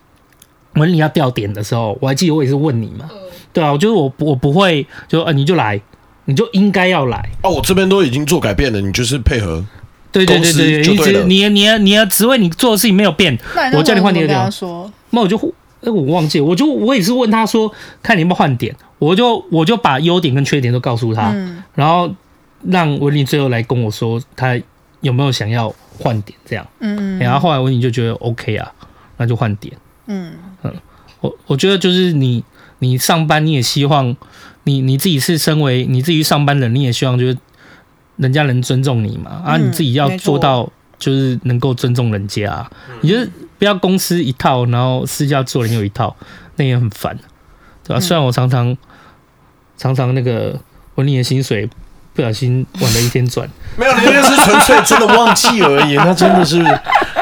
文理要调点的时候，我还记得我也是问你嘛，对啊，我就是我不我不会就呃你就来，你就应该要来。
哦，我这边都已经做改变了，你就是配合。
对对对对
公司就
对，你
对
只
了
你的你的你的职位你做的事情没有变，
那你
我叫你换
你
你的
跟
点
他说，
那我就哎我忘记了，我就我也是问他说，看你要不要换点，我就我就把优点跟缺点都告诉他，
嗯，
然后让文林最后来跟我说他有没有想要换点这样，嗯，然后后来文林就觉得 OK 啊，那就换点，嗯我我觉得就是你你上班你也希望你你自己是身为你自己上班人，你也希望就是人家能尊重你嘛，啊，
嗯
你自己要
没错
做到就是能够尊重人家、啊，你就是不要公司一套，然后私下做人又一套，那也很烦，对
嗯
吧、虽然我常常常常那个我领的薪水不小心晚了一天转，
没有，你那个是纯粹真的忘记而已，他真的是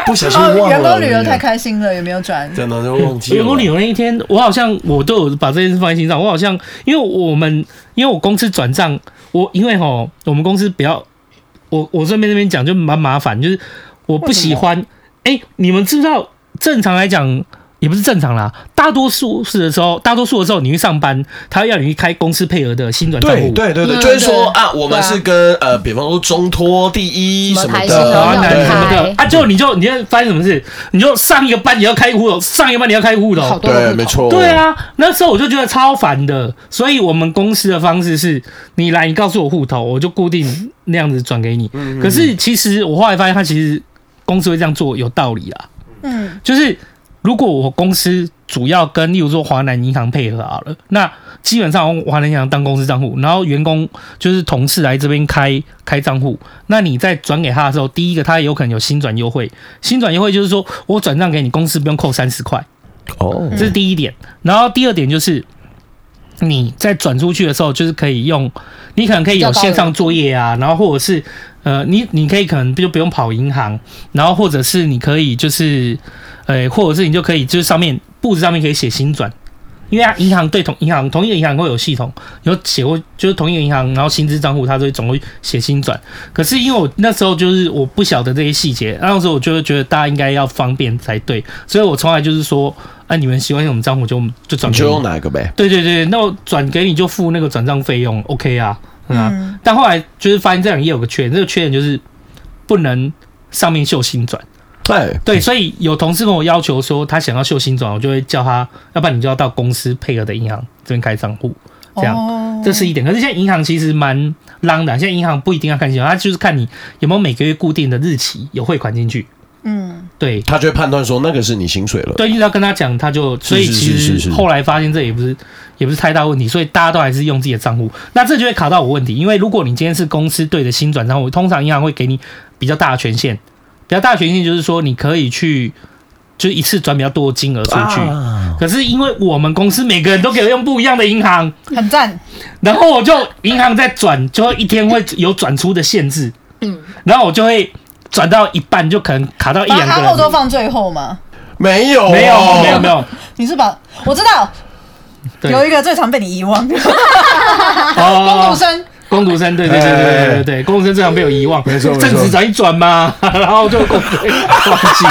不小心忘了而已。
哦
啊
员工旅游太开心了，有没有转？
真的就忘记了。
员工旅游那一天，我好像我都有把这件事放在心上。我好像因为我们因为我公司转账，我因为吼我们公司比较，我我顺便这边讲就蛮麻烦，就是我不喜欢。哎、你们知不知道正常来讲也不是正常啦，大多数是的时候，大多数的时候你去上班，他要你去开公司配额的新转账
对
户。
对对对，
嗯
就是说
对
啊，我们是跟呃，比方说中托第一
什么
么
台新
然
啊那
的，
后男
种
什么
对
的啊，就你就你就发生什么事？你就上一个班你要开户头，上一个班你要开户头，
好多
对，
的
没错，
对，啊，那时候我就觉得超烦的，所以我们公司的方式是，你来，你告诉我户头，我就固定那样子转给你。可是其实我后来发现，他其实公司会这样做有道理啊。
嗯，
就是如果我公司主要跟例如说华南银行配合好了，那基本上华南银行当公司账户，然后员工就是同事来这边开开账户，那你在转给他的时候，第一个他也有可能有新转优惠，新转优惠就是说我转账给你，公司不用扣三十块。
哦，
这是第一点。然后第二点就是，你在转出去的时候，就是可以用，你可能可以有线上作业啊，然后或者是呃，你你可以可能就不用跑银行，然后或者是你可以就是，呃，或者是你就可以就是上面布置上面可以写新转。因为啊，银行对同银行同一个银行会有系统，有写过就是同一个银行，然后薪资账户它就会总会写新转。可是因为我那时候就是我不晓得这些细节，那时候我就会觉得大家应该要方便才对，所以我从来就是说，啊，你们喜欢用我们账户就就转
你
给
就用
你，
哪一个呗？
对对对，那我转给你就付那个转账费用，OK 啊，嗯啊但后来就是发现这两页有个缺点，这个缺点就是不能上面秀新转，
在，
对，所以有同事跟我要求说，他想要秀新转，我就会叫他，要不然你就要到公司配合的银行这边开账户，
哦
这样、
哦
这是一点。可是现在银行其实蛮浪的，现在银行不一定要看信用，他就是看你有没有每个月固定的日期有汇款进去。嗯，对，
他就会判断说那个是你薪水了。
对，一直要跟他讲，他就所以
是是
其
是是
实
是
后来发现这也不是也不是太大问题，所以大家都还是用自己的账户。那这就会卡到我问题，因为如果你今天是公司对的新转账户，通常银行会给你比较大的权限，比较大的权限就是说你可以去就是一次转比较多的金额出去。
啊
可是因为我们公司每个人都给我用不一样的银行，
很赞，
然后我就银行在转，就会一天会有转出的限制，
嗯，
然后我就会转到一半就可能卡到一
把
两个
它后
人
都。放最后嘛。
没有，
没有没有没有，
你是把我知道
对
有一个最常被你遗忘，
哦
公主生
工读生，对对对对对对对，工读生最常被我遗忘，没
哎错没错
正职转一转嘛， 然后就工读生忘 记，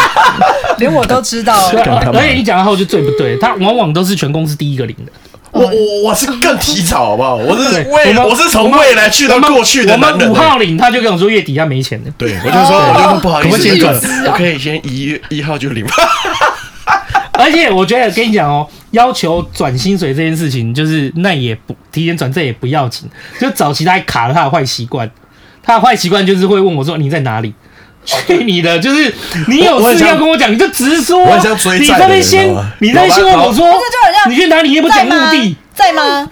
连我都知道。
对
干他妈
而且你讲到后就最不对，他往往都是全公司第一个领的，
我我我是更提早好不好？哎我是
对
未
我们
我是从未来去到过去的
我
男
们
人啊
五。号领他就跟我说月底他没钱了，
对，我就说我就不好意
可不
思
可以先转，
我哦可以先一月一号就领吗？
而且我觉得跟你讲哦，要求转薪水这件事情，就是那也不提前转，这也不要紧。就早期他还卡了他的坏习惯，他的坏习惯就是会问我说你在哪里。 去你的！就是你
我我
有
很
事
像
要跟我讲，你就直说啊
我很像。追
你
债的
这边
人
先
你知道吗，
你这边先问我说
不是就很，像
你去哪里？你也 不
在
讲目
吗
的，？
在吗？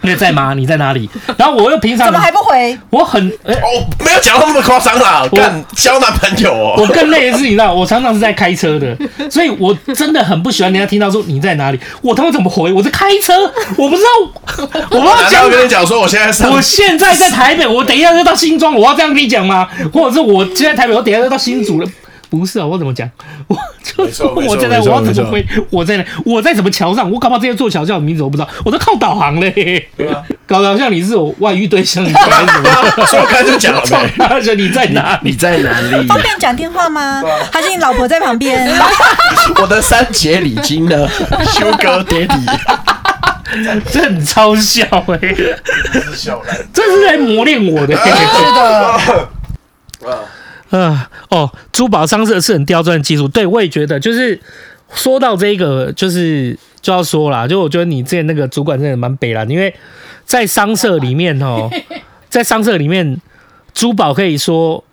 你 在吗？你在哪里？然后我又平常
怎么还不回？
我很 呃
哦，没有讲到那么夸张啦，
我
干交男朋友
我
哦，
更累的是，你知道，我常常是在开车的，所以我真的很不喜欢人家听到说你在哪里，我他妈怎么回？我在开车，我不知道，我不
难
知
道
道
我跟你
讲。
讲说我现在上
我现在在台北，我等一下就到新庄，我要这样跟你讲吗？或者是我现在台北，我等一下就到新竹了？不是啊，我怎么讲？我就
没
是
错没错
我在哪？
没
我
错
要怎么回？我在哪？我在什么桥上？我搞不好这些座桥叫什么名字我不知道，我都靠导航嘞。
啊
搞得好像你是我外遇对象，你还是 什么？
所以我刚才就讲了
撞
没？
他说你在哪里？
在哪里
方便讲电话吗？
啊
还是你老婆在 旁边？
我的三节礼金呢 ？Sugar Daddy，
这很超笑哎、这是在磨练我的、欸。啊哦，珠宝商社是很刁钻的技术，对我也觉得，就是说到这个，就是就要说啦，就我觉得你之前那个主管真的蛮北蓝的，因为在商社里面哦，在商社里面，珠宝可以说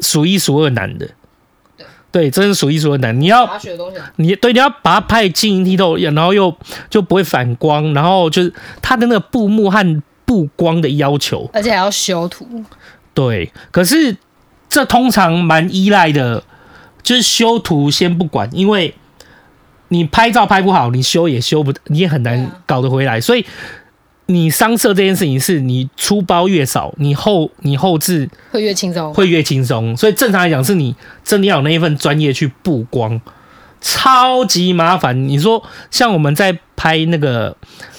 数一数二难的，对，真是数一数二难。你要
滑雪的东西，
你对你要把它拍得晶莹剔透，然后又就不会反光，然后就是它的那个布幕和布光的要求，
而且还要修图，
对。可是这通常蛮依赖的，就是修图先不管，因为你拍照拍不好，你修也修不，你也很
对
难
啊
搞得回来。所以你商社这件事情是你出包越少，你后你后置
会越轻松。
会越轻松。所以正常来讲，是你真的要有那一份专业去布光，超级麻烦。你说像我们在拍那个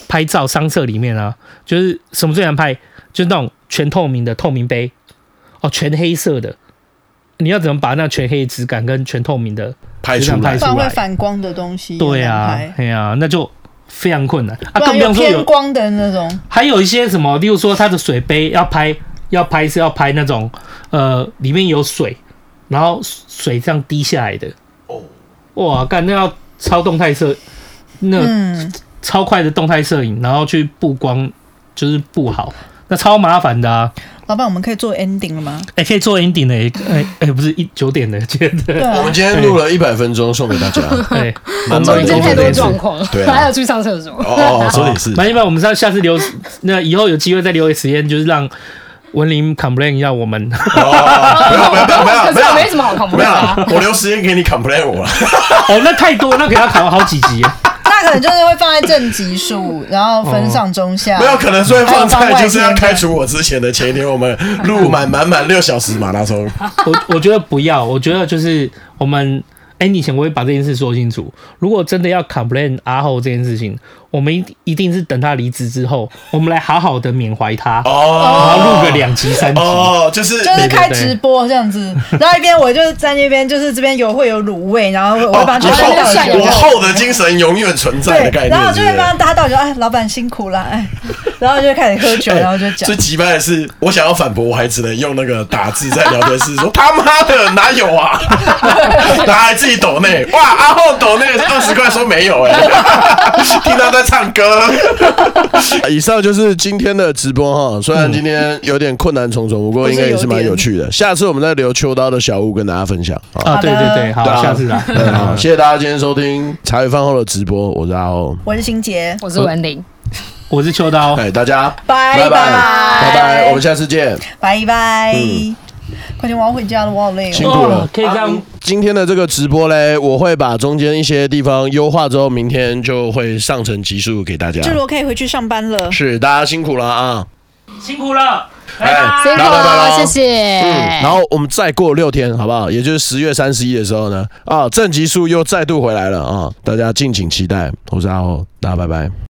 拍照商社里面啊，就是什么最难拍，就是那种全透明的透明杯，哦，全黑色的。你要怎么把那全黑的质感跟全透明的
拍
质
出
感拍
来
出
不然会
来？
反光的东西。
对啊
难，拍，
哎呀、那就非常困难啊，
不
更
然
不
有
用说有
偏光的那种。
还有一些什么，例如说它的水杯要拍，要拍是要拍那种呃里面有水，然后水这样滴下来的。哦，哇，干那要超动态摄，那
嗯，
超快的动态摄影，然后去布光，就是布好，那超麻烦的啊。
老板，我们可以做 ending 了吗？
哎、可以做 ending 的，哎、哎、不是一九点的， 觉得。哎
啊
我们今天录了一百分钟，送给大家。
对，
满满
中
的
间太多
工作
状况，
对啊
还要去上厕所。
哦，这里是
蛮一般，我们下下次留那以后有机会再留给时间，就是让文林 complain 一下我们。
哦，没有没有没有没
可是
有没
我
有
没什么好恐怖
没
的
有
啊。
啦，我留时间给你 complain 我了。啊
哦，那太多，那给他考好几集耶。
那可能就是会放在正极数，然后分上中
啊
下。
没有，可能是会放
还有
在
番外
就是要开除我之前的前一天，我们录满满满六小时马拉松。
我我觉得不要，我觉得就是我们。哎，你以前我会把这件事说清楚。如果真的要 complain 阿后这件事情，我们一一定是等他离职之后，我们来好好的缅怀他，然
哦
后录个两集三集。
哦，就是
就是开直播这样子，然后一边我就在那边，就是这边有会有卤味，然后我
哦
会帮他
我
倒
帅
后，
酒
我后的精神永远存在的概
对，
念，
然后我就
对
会
不对
帮他倒酒，哎，老板辛苦了，哎，然后就开始喝酒，
哎
然后就讲
最，急败的是，我想要反驳，我还只能用那个打字在聊天室说他妈的哪有 啊，然后还自己抖内，哇，阿后抖内二十块说没有 哎、听他在唱歌，
以上就是今天的直播哈，虽然今天有点困难重重，不过应该也是蛮有趣的。下次我们再留秋刀的小屋跟大家分享啊。
啊，对对对，好，
对啊
下次来。
嗯好，谢谢大家今天收听茶余饭后的直播，我是阿欧，
我是心杰，
我是文玲。
我是秋刀，
哎，大家
拜
拜拜
拜
拜拜，我们下次见。
拜拜，
嗯
快点我要回家了，我好累哦
辛。苦了
哦可以这样。
啊今天的这个直播嘞，我会把中间一些地方优化之后，明天就会上成集数给大家。
就我可以回去上班了。
是，大家辛苦了啊！
辛苦了，拜
哎
拜。
辛苦
拜拜
了，谢
拜
谢。
嗯，然后我们再过六天，好不好？也就是十月三十一的时候呢，啊，正集数又再度回来了啊，大家敬请期待。我是阿欧，大家拜拜。